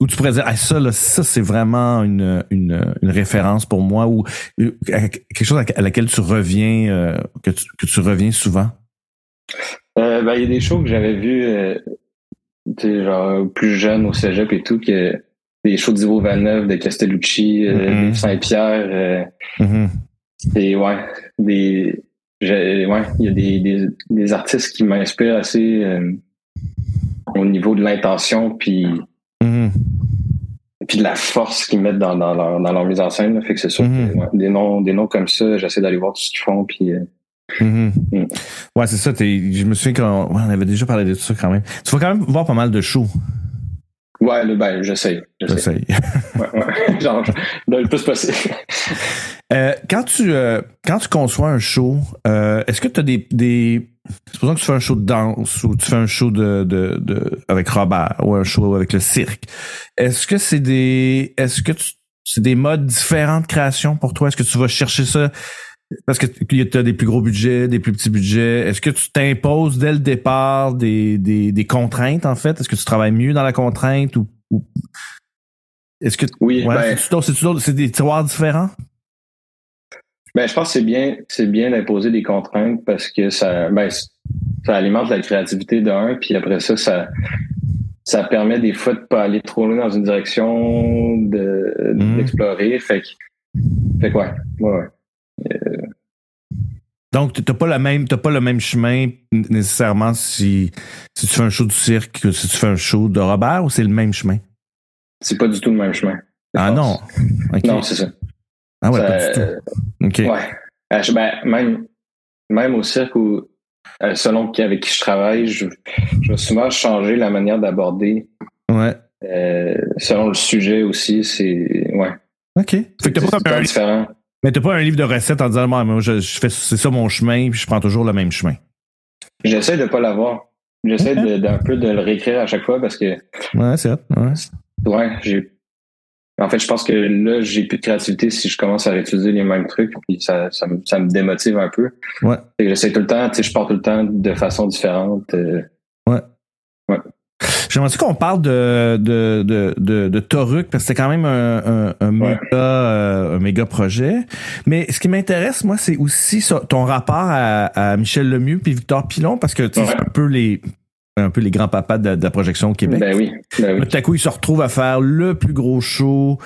A: ou tu pourrais dire ah, ça là, ça c'est vraiment une, une, une, référence pour moi ou euh, quelque chose à laquelle tu reviens euh, que, tu, que tu reviens souvent
B: euh, ben il y a des shows que j'avais vus euh, genre plus jeune au cégep et tout que des shows d'Ivo Valneuve de Castellucci mm -hmm. de Saint-Pierre euh,
A: mm -hmm.
B: et ouais des ouais il y a des, des, des artistes qui m'inspirent assez euh, au niveau de l'intention puis
A: mmh.
B: puis de la force qu'ils mettent dans, dans, leur, dans leur mise en scène là. fait que c'est sûr
A: Mhm.
B: mmh. que, ouais, des noms des noms comme ça j'essaie d'aller voir tout ce qu'ils font puis euh,
A: mmh. ouais c'est ça je me souviens qu'on ouais, on avait déjà parlé de ça quand même tu vas quand même voir pas mal de shows
B: ouais le ben j'essaie
A: j'essaie
B: ouais, genre le plus possible
A: euh, quand tu euh, quand tu conçois un show euh, est-ce que tu as des, des Supposons que tu fais un show de danse ou tu fais un show de, de, de avec Robert ou un show avec le cirque. Est-ce que c'est des est-ce que c'est des modes différents de création pour toi Est-ce que tu vas chercher ça parce que tu as des plus gros budgets, des plus petits budgets. Est-ce que tu t'imposes dès le départ des, des, des contraintes en fait Est-ce que tu travailles mieux dans la contrainte ou, ou est-ce que
B: oui
A: ouais, ben, c'est des tiroirs différents
B: ben, je pense que c'est bien, c'est bien d'imposer des contraintes parce que ça, ben, ça alimente la créativité d'un, puis après ça, ça, ça permet des fois de pas aller trop loin dans une direction, de,
A: Mhm.
B: mmh. d'explorer. Fait que, fait que ouais, ouais, ouais. Euh...
A: Donc, t'as pas la même, t'as pas le même chemin nécessairement si, si tu fais un show du cirque que si tu fais un show de Robert ou c'est le même chemin?
B: C'est pas du tout le même chemin.
A: Ah pense.
B: non. Okay. Non, c'est ça.
A: Ah ouais, ça, pas du tout. OK.
B: Ouais. Ben, même, même au cirque où, euh, selon qui, avec qui je travaille, je, je vais souvent changer la manière d'aborder.
A: Ouais.
B: Euh, selon le sujet aussi, c'est. Ouais.
A: OK. Fait que t'as pas,
B: pas un différent.
A: Mais t'as pas un livre de recettes en disant, moi, je, je fais, c'est ça mon chemin, puis je prends toujours le même chemin.
B: J'essaie de pas l'avoir. J'essaie
A: Hein?
B: okay. d'un peu de le réécrire à chaque fois parce que.
A: Ouais, c'est vrai. Ouais.
B: Ouais, j'ai en fait, je pense que là, j'ai plus de créativité si je commence à réutiliser les mêmes trucs, puis ça, ça, me, ça me démotive un peu.
A: Ouais.
B: J'essaie tout le temps, tu sais, je pars tout le temps de façon différente. Euh...
A: Ouais.
B: Ouais.
A: J'aimerais qu'on parle de, de, de, de, de Toruk, parce que c'est quand même un, un, un méga, ouais. euh, un méga projet. Mais ce qui m'intéresse, moi, c'est aussi ton rapport à, à Michel Lemieux puis Victor Pilon, parce que tu ouais. un peu les un peu les grands papas de, de la projection au Québec.
B: Ben oui. Ben oui.
A: Tout à coup, ils se retrouvent à faire le plus gros show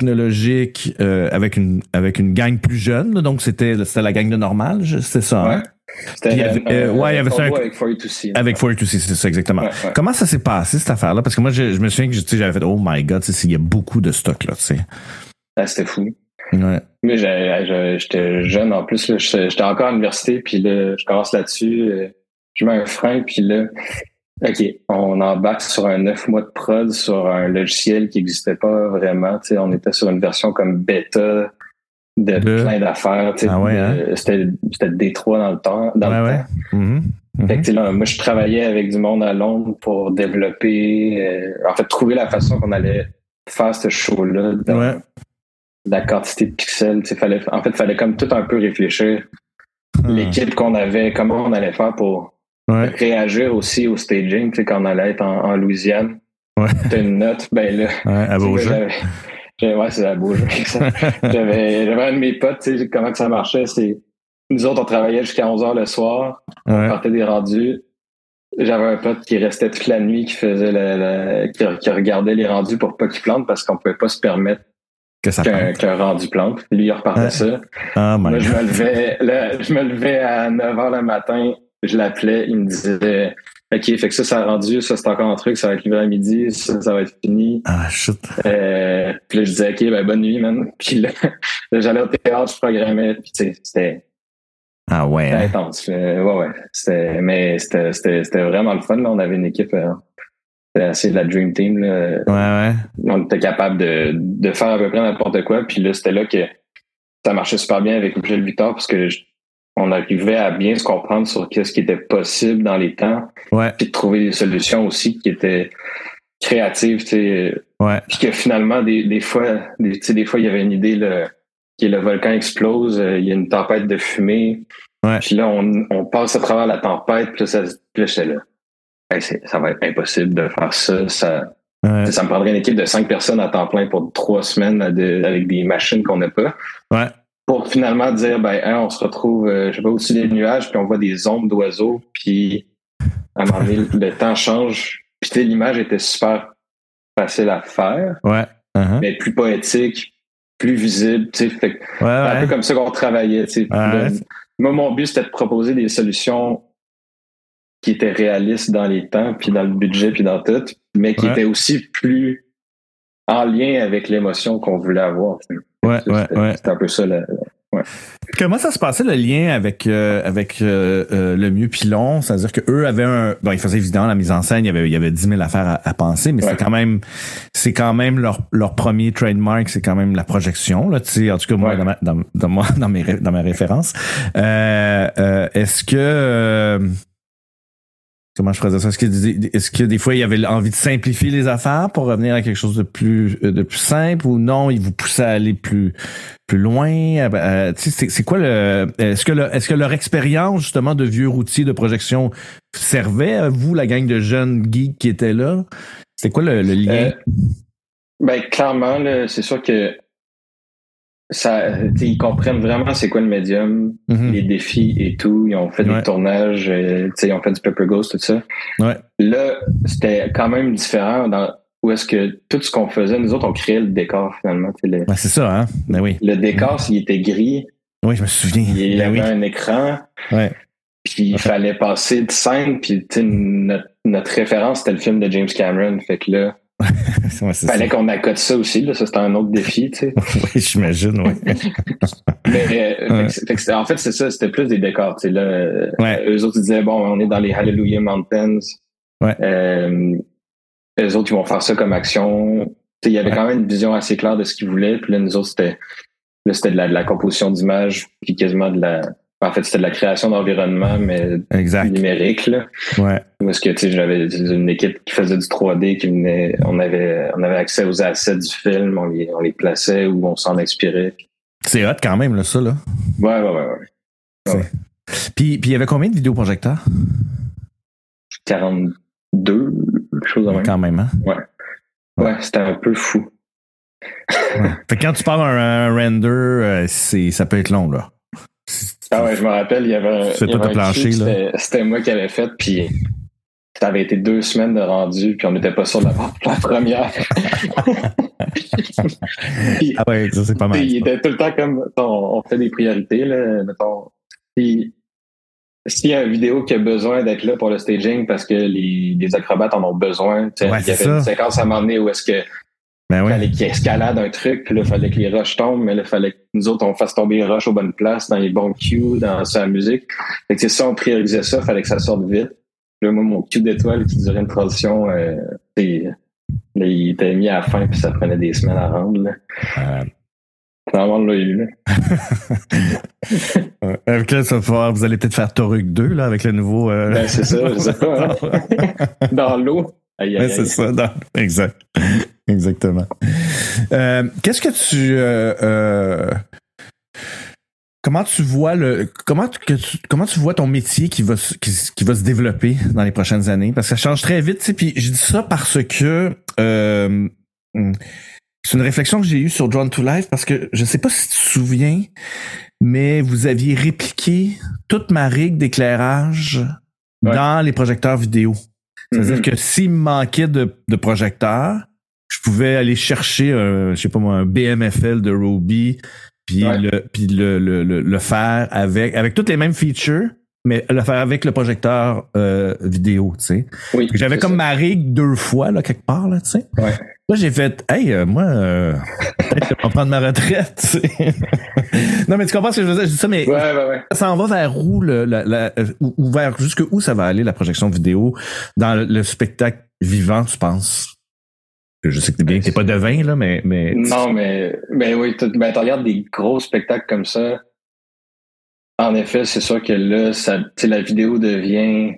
A: technologique euh, avec une avec une gang plus jeune. Là. Donc c'était c'était la gang de normal, c'est ça.
B: Ouais.
A: Hein?
B: C'était il y avait, euh,
A: ouais, il y avait ça
B: avec 4
A: Avec 4 c'est ça exactement. Ouais, ouais. Comment ça s'est passé cette affaire là Parce que moi je, je me souviens que j'avais fait oh my god, il y a beaucoup de stock là, tu sais.
B: Ah, c'était fou.
A: Ouais.
B: Mais j'étais jeune en plus, j'étais encore à l'université, puis là, je commence là-dessus, euh, je mets un frein, puis là, OK, on embarque sur un neuf mois de prod sur un logiciel qui n'existait pas vraiment. T'sais, on était sur une version comme bêta de, de... plein d'affaires. Euh,
A: Ah ouais, hein?
B: C'était Détroit dans le temps. Dans
A: ah
B: le
A: ouais. Mm-hmm.
B: temps. Mm -hmm. fait que, là, moi, je travaillais avec du monde à Londres pour développer, euh, en fait, trouver la façon qu'on allait faire ce show-là dans,
A: ouais.
B: la quantité de pixels. tu sais, Fallait, en fait, il fallait comme tout un peu réfléchir.
A: Ah.
B: L'équipe qu'on avait, comment on allait faire pour
A: Ouais.
B: réagir aussi au staging, tu sais, quand on allait être en, en Louisiane.
A: Ouais. hein?
B: T'as une note, ben là.
A: Ouais, à vos
B: tu sais,
A: jeux.
B: j'avais- j'avais- Ouais, c'est à Beaujeu. ça. J'avais j'avais un de mes potes, tu sais, comment que ça marchait. C'est, nous autres, on travaillait jusqu'à 11 h le soir. On
A: Ouais.
B: partait des rendus. J'avais un pote qui restait toute la nuit, qui faisait la, la- qui, qui regardait les rendus pour pas qu'ils plantent parce qu'on pouvait pas se permettre
A: Que ça
B: qu'un
A: plante.
B: qu'un rendu plante. Lui, il repartait
A: Ah. Ouais.
B: ça.
A: Ah, my
B: Moi, je
A: God.
B: me levais, là, je me levais à 9 h le matin, je l'appelais, il me disait, OK, fait que ça, ça a rendu, ça, c'est encore un truc, ça va être livré à midi, ça, ça va être fini.
A: Ah, shit.
B: Euh, puis là, je disais, OK, ben, bonne nuit, man. Puis là, là, j'allais au théâtre, je programmais, puis tu sais, c'était,
A: Ah, ouais.
B: c'était
A: hein.
B: intense. Euh, ouais, ouais. C'était, mais c'était, c'était, c'était vraiment le fun. Là. On avait une équipe euh, c'était assez de la Dream Team. Là.
A: Ouais, ouais.
B: On était capable de, de faire à peu près n'importe quoi. Puis là, c'était là que ça marchait super bien avec Michel Victor parce que je- on arrivait à bien se comprendre sur qu'est-ce qui était possible dans les temps,
A: Ouais,
B: puis de trouver des solutions aussi qui étaient créatives. tu sais.
A: ouais.
B: Puis que finalement, des, des fois, des, tu sais, des fois, il y avait une idée là, qui est le volcan explose, euh, il y a une tempête de fumée.
A: Ouais.
B: Puis là, on, on passe à travers la tempête, puis là, ça, puis là, j'étais là. Hey, c'est- ça va être impossible de faire ça. Ça,
A: Ouais.
B: ça me prendrait une équipe de cinq personnes à temps plein pour trois semaines à de- avec des machines qu'on n'a pas.
A: Ouais.
B: Pour finalement dire, ben, hein, on se retrouve, euh, je sais pas, au-dessus des nuages, puis on voit des ombres d'oiseaux, puis à un moment donné, le temps change. Puis tu sais, l'image était super facile à faire
A: Ouais. Uh-huh.
B: mais plus poétique, plus visible. tu sais. Fait que
A: Ouais,
B: c'est Un peu
A: ouais.
B: comme ça qu'on travaillait. tu sais.
A: Ouais.
B: Le- moi, mon but, c'était de proposer des solutions qui étaient réalistes dans les temps, puis dans le budget, puis dans tout, mais qui
A: Ouais.
B: étaient aussi plus en lien avec l'émotion qu'on voulait avoir. tu sais.
A: Ouais,
B: C'était-
A: ouais, ouais.
B: C'était un peu ça. là.
A: Comment ça se passait le lien avec euh, avec euh, euh, le mieux pilon C'est-à-dire que eux avaient un bon, ils faisaient évidemment la mise en scène, il y avait il y avait 10 000 affaires à, à penser, mais
B: Ouais.
A: c'est quand même c'est quand même leur leur premier trademark, c'est quand même la projection là. Tu sais, en tout cas moi
B: Ouais.
A: dans, ma, dans, dans moi dans mes ré- dans ma référence. Euh, euh, est-ce que euh, Comment je faisais ça? Est-ce que, des- est-ce que des fois, il y avait envie de simplifier les affaires pour revenir à quelque chose de plus, euh, de plus simple ou non, il vous poussait à aller plus, plus loin? Euh, euh, tu sais, c'est, c'est quoi le, euh, est-ce que, le- est-ce que leur expérience, justement, de vieux routiers de projection servait à vous, la gang de jeunes geeks qui étaient là? C'est quoi le, le lien?
B: Euh, ben, clairement, là, c'est sûr que ça, tu sais, ils comprennent vraiment c'est quoi le médium,
A: Mhm.
B: les défis et tout. Ils ont fait
A: Ouais.
B: des tournages, euh, tu sais, ils ont fait du Paper Ghost, tout ça.
A: Ouais.
B: Là, c'était quand même différent dans où est-ce que tout ce qu'on faisait, nous autres, on créait le décor finalement. Tu sais, Le,
A: Ben, c'est ça, hein? Ben oui.
B: le décor, s'il était gris,
A: Oui, je me souviens.
B: il y
A: Ben
B: avait
A: oui.
B: un écran,
A: Ouais.
B: puis il fallait passer de scène, puis tu sais, notre, notre référence, c'était le film de James Cameron. Fait que là,
A: Ouais, c'est
B: fallait
A: ça.
B: qu'on accote ça aussi. Là, ça, c'était un autre défi, tu sais.
A: Oui, j'imagine, oui.
B: Mais, euh,
A: Ouais.
B: fait que c'est- fait que c'est- en fait, c'est ça, c'était plus des décors. tu sais, Là, euh,
A: Ouais.
B: Eux autres, ils disaient, bon, on est dans les Hallelujah Mountains.
A: Ouais.
B: Euh, eux autres, ils vont faire ça comme action. Tu sais, Il y avait
A: Ouais.
B: quand même une vision assez claire de ce qu'ils voulaient. Puis là, nous autres, c'était là, c'était de, la, de la composition d'images, puis quasiment de la... En fait, c'était de la création d'environnement, mais
A: Exact.
B: numérique. Là.
A: Ouais.
B: Parce que tu sais, j'avais une équipe qui faisait du 3D, qui venait, on avait, on avait accès aux assets du film, on les, on les plaçait ou on s'en inspirait.
A: C'est hot quand même, là, ça, là.
B: Ouais, ouais, ouais, ouais.
A: Puis, puis il y avait combien de vidéoprojecteurs?
B: 42, quelque chose de même.
A: Quand même, hein?
B: Ouais, c'était un peu fou.
A: Fait que quand tu parles un, un render, euh, c'est ça peut être long là.
B: Ah ouais, je me rappelle, il y avait un,
A: C'est
B: il y
A: tout
B: avait
A: le
B: un
A: plancher,
B: shoot,
A: là.
B: c'était- C'était moi qui l'avais fait, puis ça avait été deux semaines de rendu, puis on n'était pas sûr de la, la première. Puis,
A: Ah ouais, ça c'est pas mal.
B: il était tout le temps comme, on, on fait des priorités, là, mettons. Puis, s'il y a une vidéo qui a besoin d'être là pour le staging parce que les, les acrobates en ont besoin, tu sais,
A: Ouais,
B: il y avait
A: c'est
B: une
A: ça.
B: séquence à un moment donné où est-ce que
A: Ben
B: Il
A: ouais.
B: fallait qu'ils escaladent un truc, puis là, il fallait que les roches tombent, mais là, il fallait que nous autres, on fasse tomber les roches aux bonnes places, dans les bons cues, dans sa musique. Fait que c'est ça, on priorisait ça, il fallait que ça sorte vite. Puis Là, moi, mon cue d'étoile qui durait une transition, euh, c'est- là, il était mis à la fin, puis ça prenait des semaines à rendre. Là.
A: Euh,
B: Finalement, on l'a eu. Là.
A: ouais. Avec là, ça va falloir- vous allez peut-être faire Toruk 2 là avec le nouveau. euh,
B: Ben, c'est ça, je sais pas. hein. Dans l'eau. Aïe, aïe,
A: Ouais,
B: aïe.
A: c'est ça. non. Exact. Exactement. Euh, Qu'est-ce que tu. euh, euh, comment tu vois le. Comment tu, que tu- comment tu vois ton métier qui va, se- qui, se- qui va se développer dans les prochaines années? Parce que ça change très vite, tu sais. Puis je dis ça parce que. euh, hum, c'est une réflexion que j'ai eue sur Drawn to Life parce que je sais pas si tu te souviens, mais vous aviez répliqué toute ma rigue d'éclairage
B: Ouais.
A: dans les projecteurs vidéo. C'est-à-dire
B: Mhm.
A: que s'il me manquait de, de projecteurs, je pouvais aller chercher, un, je sais pas moi, un BMFL de Ruby, puis
B: Ouais.
A: le, puis le, le, le, le faire avec, avec toutes les mêmes features, mais le faire avec le projecteur euh, vidéo, tu sais.
B: Oui,
A: J'avais
B: c'est
A: comme
B: ça.
A: ma rigue deux fois, là, quelque part, là, tu sais.
B: Ouais.
A: Là, j'ai fait, hey, euh, moi, euh, peut-être que je vais prendre ma retraite, tu sais. non, mais tu comprends ce que je veux dire? Je dis ça, mais
B: Ouais, ouais, ouais.
A: ça en va vers où le, la, la- euh, ou ou vers jusque où ça va aller la projection vidéo dans le, le spectacle vivant, tu penses? Je sais que t'es bien, que t'es pas devin, là, mais, mais
B: Non, mais, mais oui, tu ben, tu regardes des gros spectacles comme ça. En effet, c'est sûr que là, ça, tu sais, la vidéo devient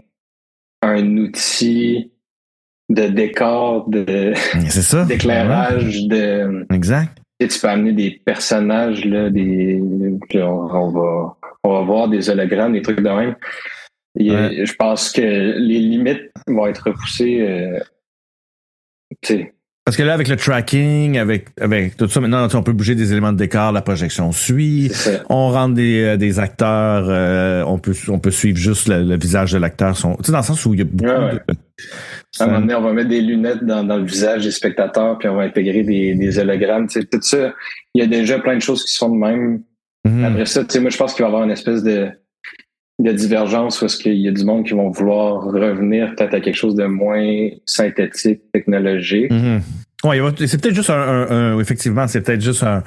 B: un outil de décor, de,
A: c'est ça.
B: d'éclairage, de.
A: Ouais, Exact.
B: Tu sais, tu peux amener des personnages, là, des. puis On, on va, on va voir des hologrammes, des trucs de même. Et,
A: Ouais.
B: euh, Je pense que les limites vont être repoussées. euh, tu sais,
A: Parce que là, avec le tracking, avec, avec tout ça, maintenant, tu sais, on peut bouger des éléments de décor, la projection suit.
B: c'est ça.
A: On rentre des, euh, des acteurs, euh, on peut on peut suivre juste le, le visage de l'acteur. son- Tu sais, dans le sens où il y a beaucoup
B: Ouais, ouais.
A: de.
B: À un moment donné, on va mettre des lunettes dans, dans le visage des spectateurs, puis on va intégrer des, des hologrammes. tu sais, Tout ça, il y a déjà plein de choses qui se font de même.
A: Mhm.
B: Après ça, tu sais, moi, je pense qu'il va y avoir une espèce de, de divergence où est-ce qu'il y a du monde qui vont vouloir revenir peut-être à quelque chose de moins synthétique, technologique.
A: Mhm. Ouais, il va- c'est peut-être juste un, un- un- effectivement, c'est peut-être juste un,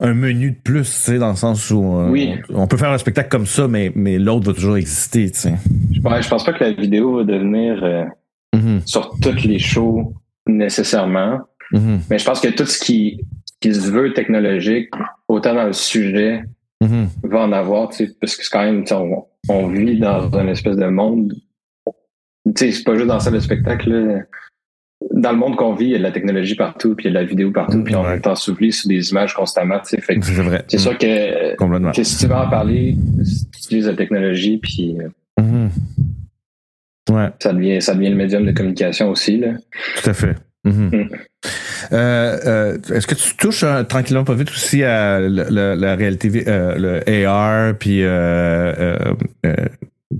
A: un menu de plus, tu sais, dans le sens où euh,
B: Oui.
A: on, on peut faire un spectacle comme ça, mais, mais l'autre va toujours exister, tu sais.
B: Je pense, je pense pas que la vidéo va devenir euh,
A: Mhm,
B: sur toutes les shows nécessairement,
A: mhm,
B: mais je pense que tout ce qui, qui se veut technologique, autant dans le sujet,
A: mhm.
B: va en avoir, tu sais, parce que c'est quand même, tu sais, on, on vit dans un espèce de monde. Tu sais, c'est pas juste dans la salle de spectacle. là. Dans le monde qu'on vit, il y a de la technologie partout, puis il y a de la vidéo partout, puis on
A: Ouais. Mm.
B: est ensevelis sur des images constamment, tu sais. Fait que
A: Mhm. C'est vrai. Mhm.
B: c'est sûr que,
A: Complètement.
B: que si tu vas en parler, tu utilises la technologie, puis euh,
A: Mhm. Ouais,
B: ça devient, ça devient le médium de communication aussi, là.
A: tout à fait. Mhm.
B: Mm.
A: Euh, euh, Est-ce que tu touches euh, tranquillement pas vite aussi à le- le- la, réalité, vi- euh, le AR, puis euh, euh, euh,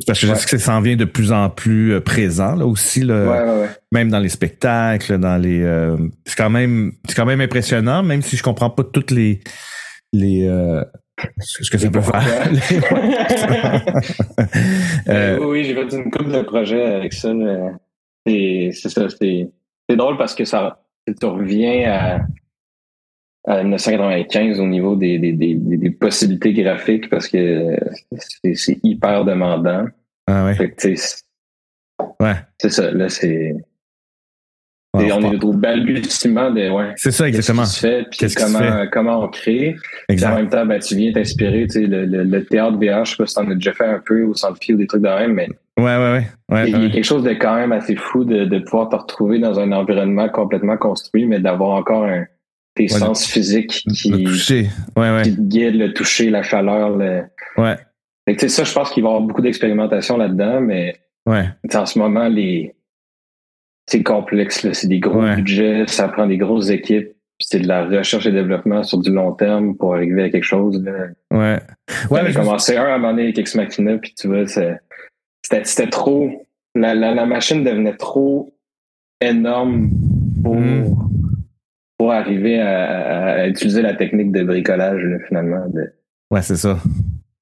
A: parce que je
B: Ouais.
A: sais que ça s'en vient de plus en plus euh, présent là aussi le,
B: Ouais, ouais, ouais.
A: même dans les spectacles, dans les. euh, c'est quand même, c'est quand même impressionnant, même si je comprends pas toutes les les euh, ce que ça peut faire.
B: Euh,
A: Euh,
B: oui, j'ai fait une couple de projets avec ça. là. C'est c'est ça. C'est c'est drôle parce que ça tu reviens à, à 1995 au niveau des, des, des, des- des possibilités graphiques parce que c'est c'est hyper demandant.
A: ah ouais,
B: Fait que, tu sais, c'est-
A: ouais.
B: C'est ça. Là, c'est
A: Ouais,
B: c'est-
A: on
B: on
A: repart.
B: est au balbutiement de ouais.
A: C'est ça exactement.
B: Qu'est-ce qui se fait, puis
A: Qu'est-ce qui se
B: comment, comment on crée. Puis en
A: Exact.
B: même temps, ben, tu viens t'inspirer, tu sais, le, le, le théâtre VR, je sais pas si t'en as déjà fait un peu au centre fille ou des trucs de même, mais
A: Ouais, ouais, ouais. ouais,
B: il y a
A: ouais.
B: quelque chose de quand même assez fou de, de pouvoir te retrouver dans un environnement complètement construit, mais d'avoir encore un, tes
A: Ouais,
B: sens physiques qui,
A: Le toucher. Ouais, ouais,
B: qui te guident, le toucher, la chaleur. Le...
A: ouais,
B: Fait que, tu sais, ça, je pense qu'il va y avoir beaucoup d'expérimentation là-dedans, mais
A: ouais.
B: tu sais, en ce moment, les... c'est complexe. là. C'est des gros
A: Ouais.
B: budgets, ça prend des grosses équipes. puis C'est de la recherche et développement sur du long terme pour arriver à quelque chose. Là.
A: Ouais, ouais,
B: Ouais,
A: mais
B: j'ai
A: je me
B: commencé un à un moment donné avec Ex Machina, puis tu vois, c'est- c'était c'était trop. La, la, la machine devenait trop énorme pour,
A: Mm.
B: pour arriver à, à- à utiliser la technique de bricolage, là, finalement. de-
A: Ouais, c'est ça.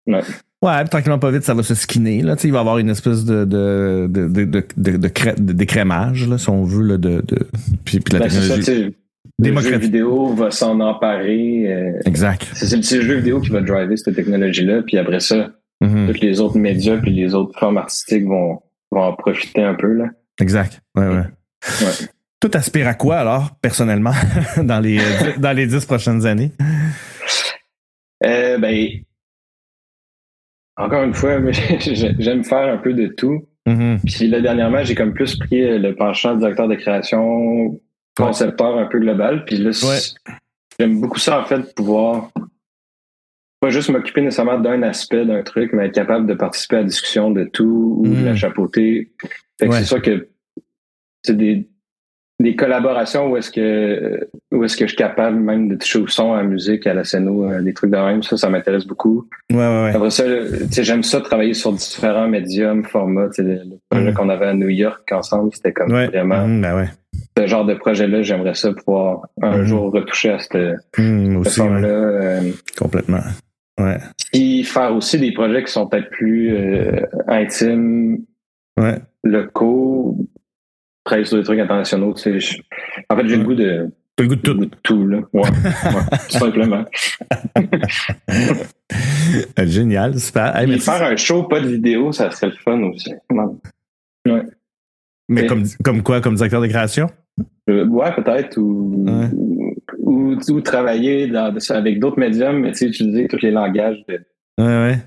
B: Ouais.
A: Ouais, puis tranquillement pas vite, ça va se skinner. Là, Tu sais, il va y avoir une espèce de, de, de, de, de, de, de cré- de- d'écrémage, là, si on veut, là, de, de... Puis, puis la
B: Ben, c'est ça, tu
A: technologie.
B: sais, le jeu
A: Démocratique.
B: vidéo va s'en emparer. euh,
A: Exact.
B: c'est c'est le petit jeu vidéo qui va driver cette technologie-là, puis après ça,
A: Mhm.
B: tous les autres médias puis les autres formes artistiques vont, vont en profiter un peu. Là.
A: Exact. Ouais, ouais.
B: Ouais.
A: Tout aspire à quoi alors, personnellement, dans les euh, dix- dans les dix prochaines années?
B: Euh, ben, encore une fois, j'aime faire un peu de tout.
A: Mhm.
B: Puis là, dernièrement, j'ai comme plus pris euh, le penchant directeur de création, concepteur un peu global. Puis là,
A: Ouais.
B: j'aime beaucoup ça, en fait, pouvoir pas juste m'occuper nécessairement d'un aspect d'un truc, mais être capable de participer à la discussion de tout ou
A: Mm.
B: de la chapeauter. Fait que
A: Ouais.
B: c'est sûr que c'est des, des collaborations où est-ce que où est-ce que je suis capable même de toucher au son, à la musique, à la scéno, à des trucs de même. Ça, ça m'intéresse beaucoup.
A: Ouais, ouais, ouais.
B: Après ça, le- tu sais, j'aime ça travailler sur différents médiums, formats. Tu sais, Le le projet
A: Mm.
B: qu'on avait à New York ensemble, c'était comme
A: Ouais.
B: vraiment
A: Mmh, ben ouais.
B: ce genre de projet-là. J'aimerais ça pouvoir un
A: Mm.
B: jour retoucher à cette,
A: Mmh, moi
B: cette
A: aussi, ouais.
B: forme-là. euh,
A: complètement. Ouais,
B: puis faire aussi des projets qui sont peut-être plus euh, intimes,
A: ouais.
B: locaux, travailler sur des trucs internationaux. tu sais, je- en fait, j'ai le
A: Ouais.
B: goût de,
A: T'as le goût de
B: le
A: tout.
B: goût de tout, là. Ouais, ouais, tout simplement.
A: Euh, Génial, super. Hey,
B: Puis
A: merci.
B: faire un show, pas de vidéo, ça serait le fun aussi. Non.
A: Mais comme, comme quoi, comme directeur de création?
B: Euh, ouais, peut-être, ou,
A: Ouais.
B: ou, ou- ou travailler dans, avec d'autres médiums, mais tu sais, utiliser tous les langages. De...
A: Ouais, ouais.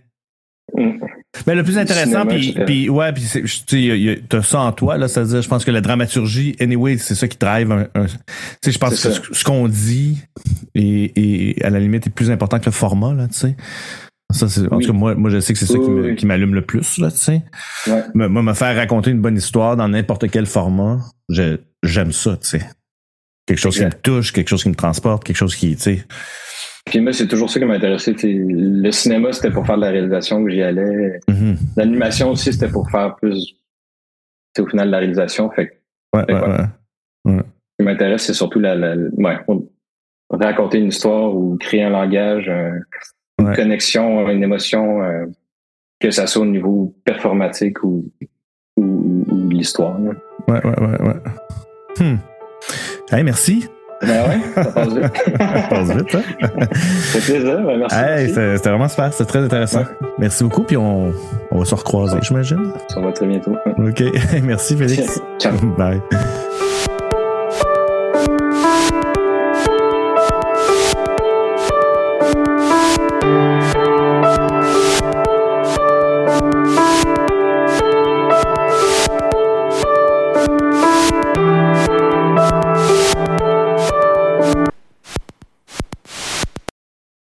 B: Mm.
A: Ben, le plus intéressant,
B: cinéma,
A: puis,
B: etc.
A: puis ouais, puis c'est- je- tu sais, y a- y a- t'as ça en toi, là, c'est-à-dire, je pense que la dramaturgie, anyway, c'est ça qui drive un, un- tu sais, je pense
B: C'est
A: que ce,
B: ça.
A: ce qu'on dit est, est, à la limite, est plus important que le format, là, tu sais. Ça, c'est, en
B: Oui.
A: tout cas, moi, moi, je sais que c'est ça
B: Oui,
A: qui, me-
B: oui.
A: qui m'allume le plus, là, tu sais.
B: Ouais.
A: Me- Moi, me faire raconter une bonne histoire dans n'importe quel format, je- j'aime ça, tu sais. Quelque chose qui me
B: Exact.
A: touche, quelque chose qui me transporte, quelque chose qui, tu sais.
B: Puis moi, c'est toujours ça qui m'a intéressé. tu sais. Le cinéma, c'était pour faire de la réalisation que j'y allais.
A: Mhm.
B: L'animation aussi, c'était pour faire plus, c'est au final, de la réalisation. Fait que
A: Ouais,
B: Et
A: ouais,
B: voilà.
A: ouais.
B: ce qui m'intéresse, c'est surtout la, la- ouais, raconter une histoire ou créer un langage, un- une
A: Ouais.
B: connexion, une émotion, euh, que ça soit au niveau performatique ou, ou, ou de l'histoire. là.
A: Ouais, ouais, ouais, ouais. Hmm. Hey, merci.
B: Ben ouais, ça passe vite.
A: Ça passe vite, hein?
B: C'est plaisir, ben merci.
A: Hey,
B: merci.
A: c'était c'était vraiment super, c'était très intéressant.
B: Ouais.
A: Merci beaucoup, puis on, on va se recroiser, j'imagine.
B: On se revoit très bientôt.
A: OK. Merci, Félix.
B: Ciao.
A: Bye.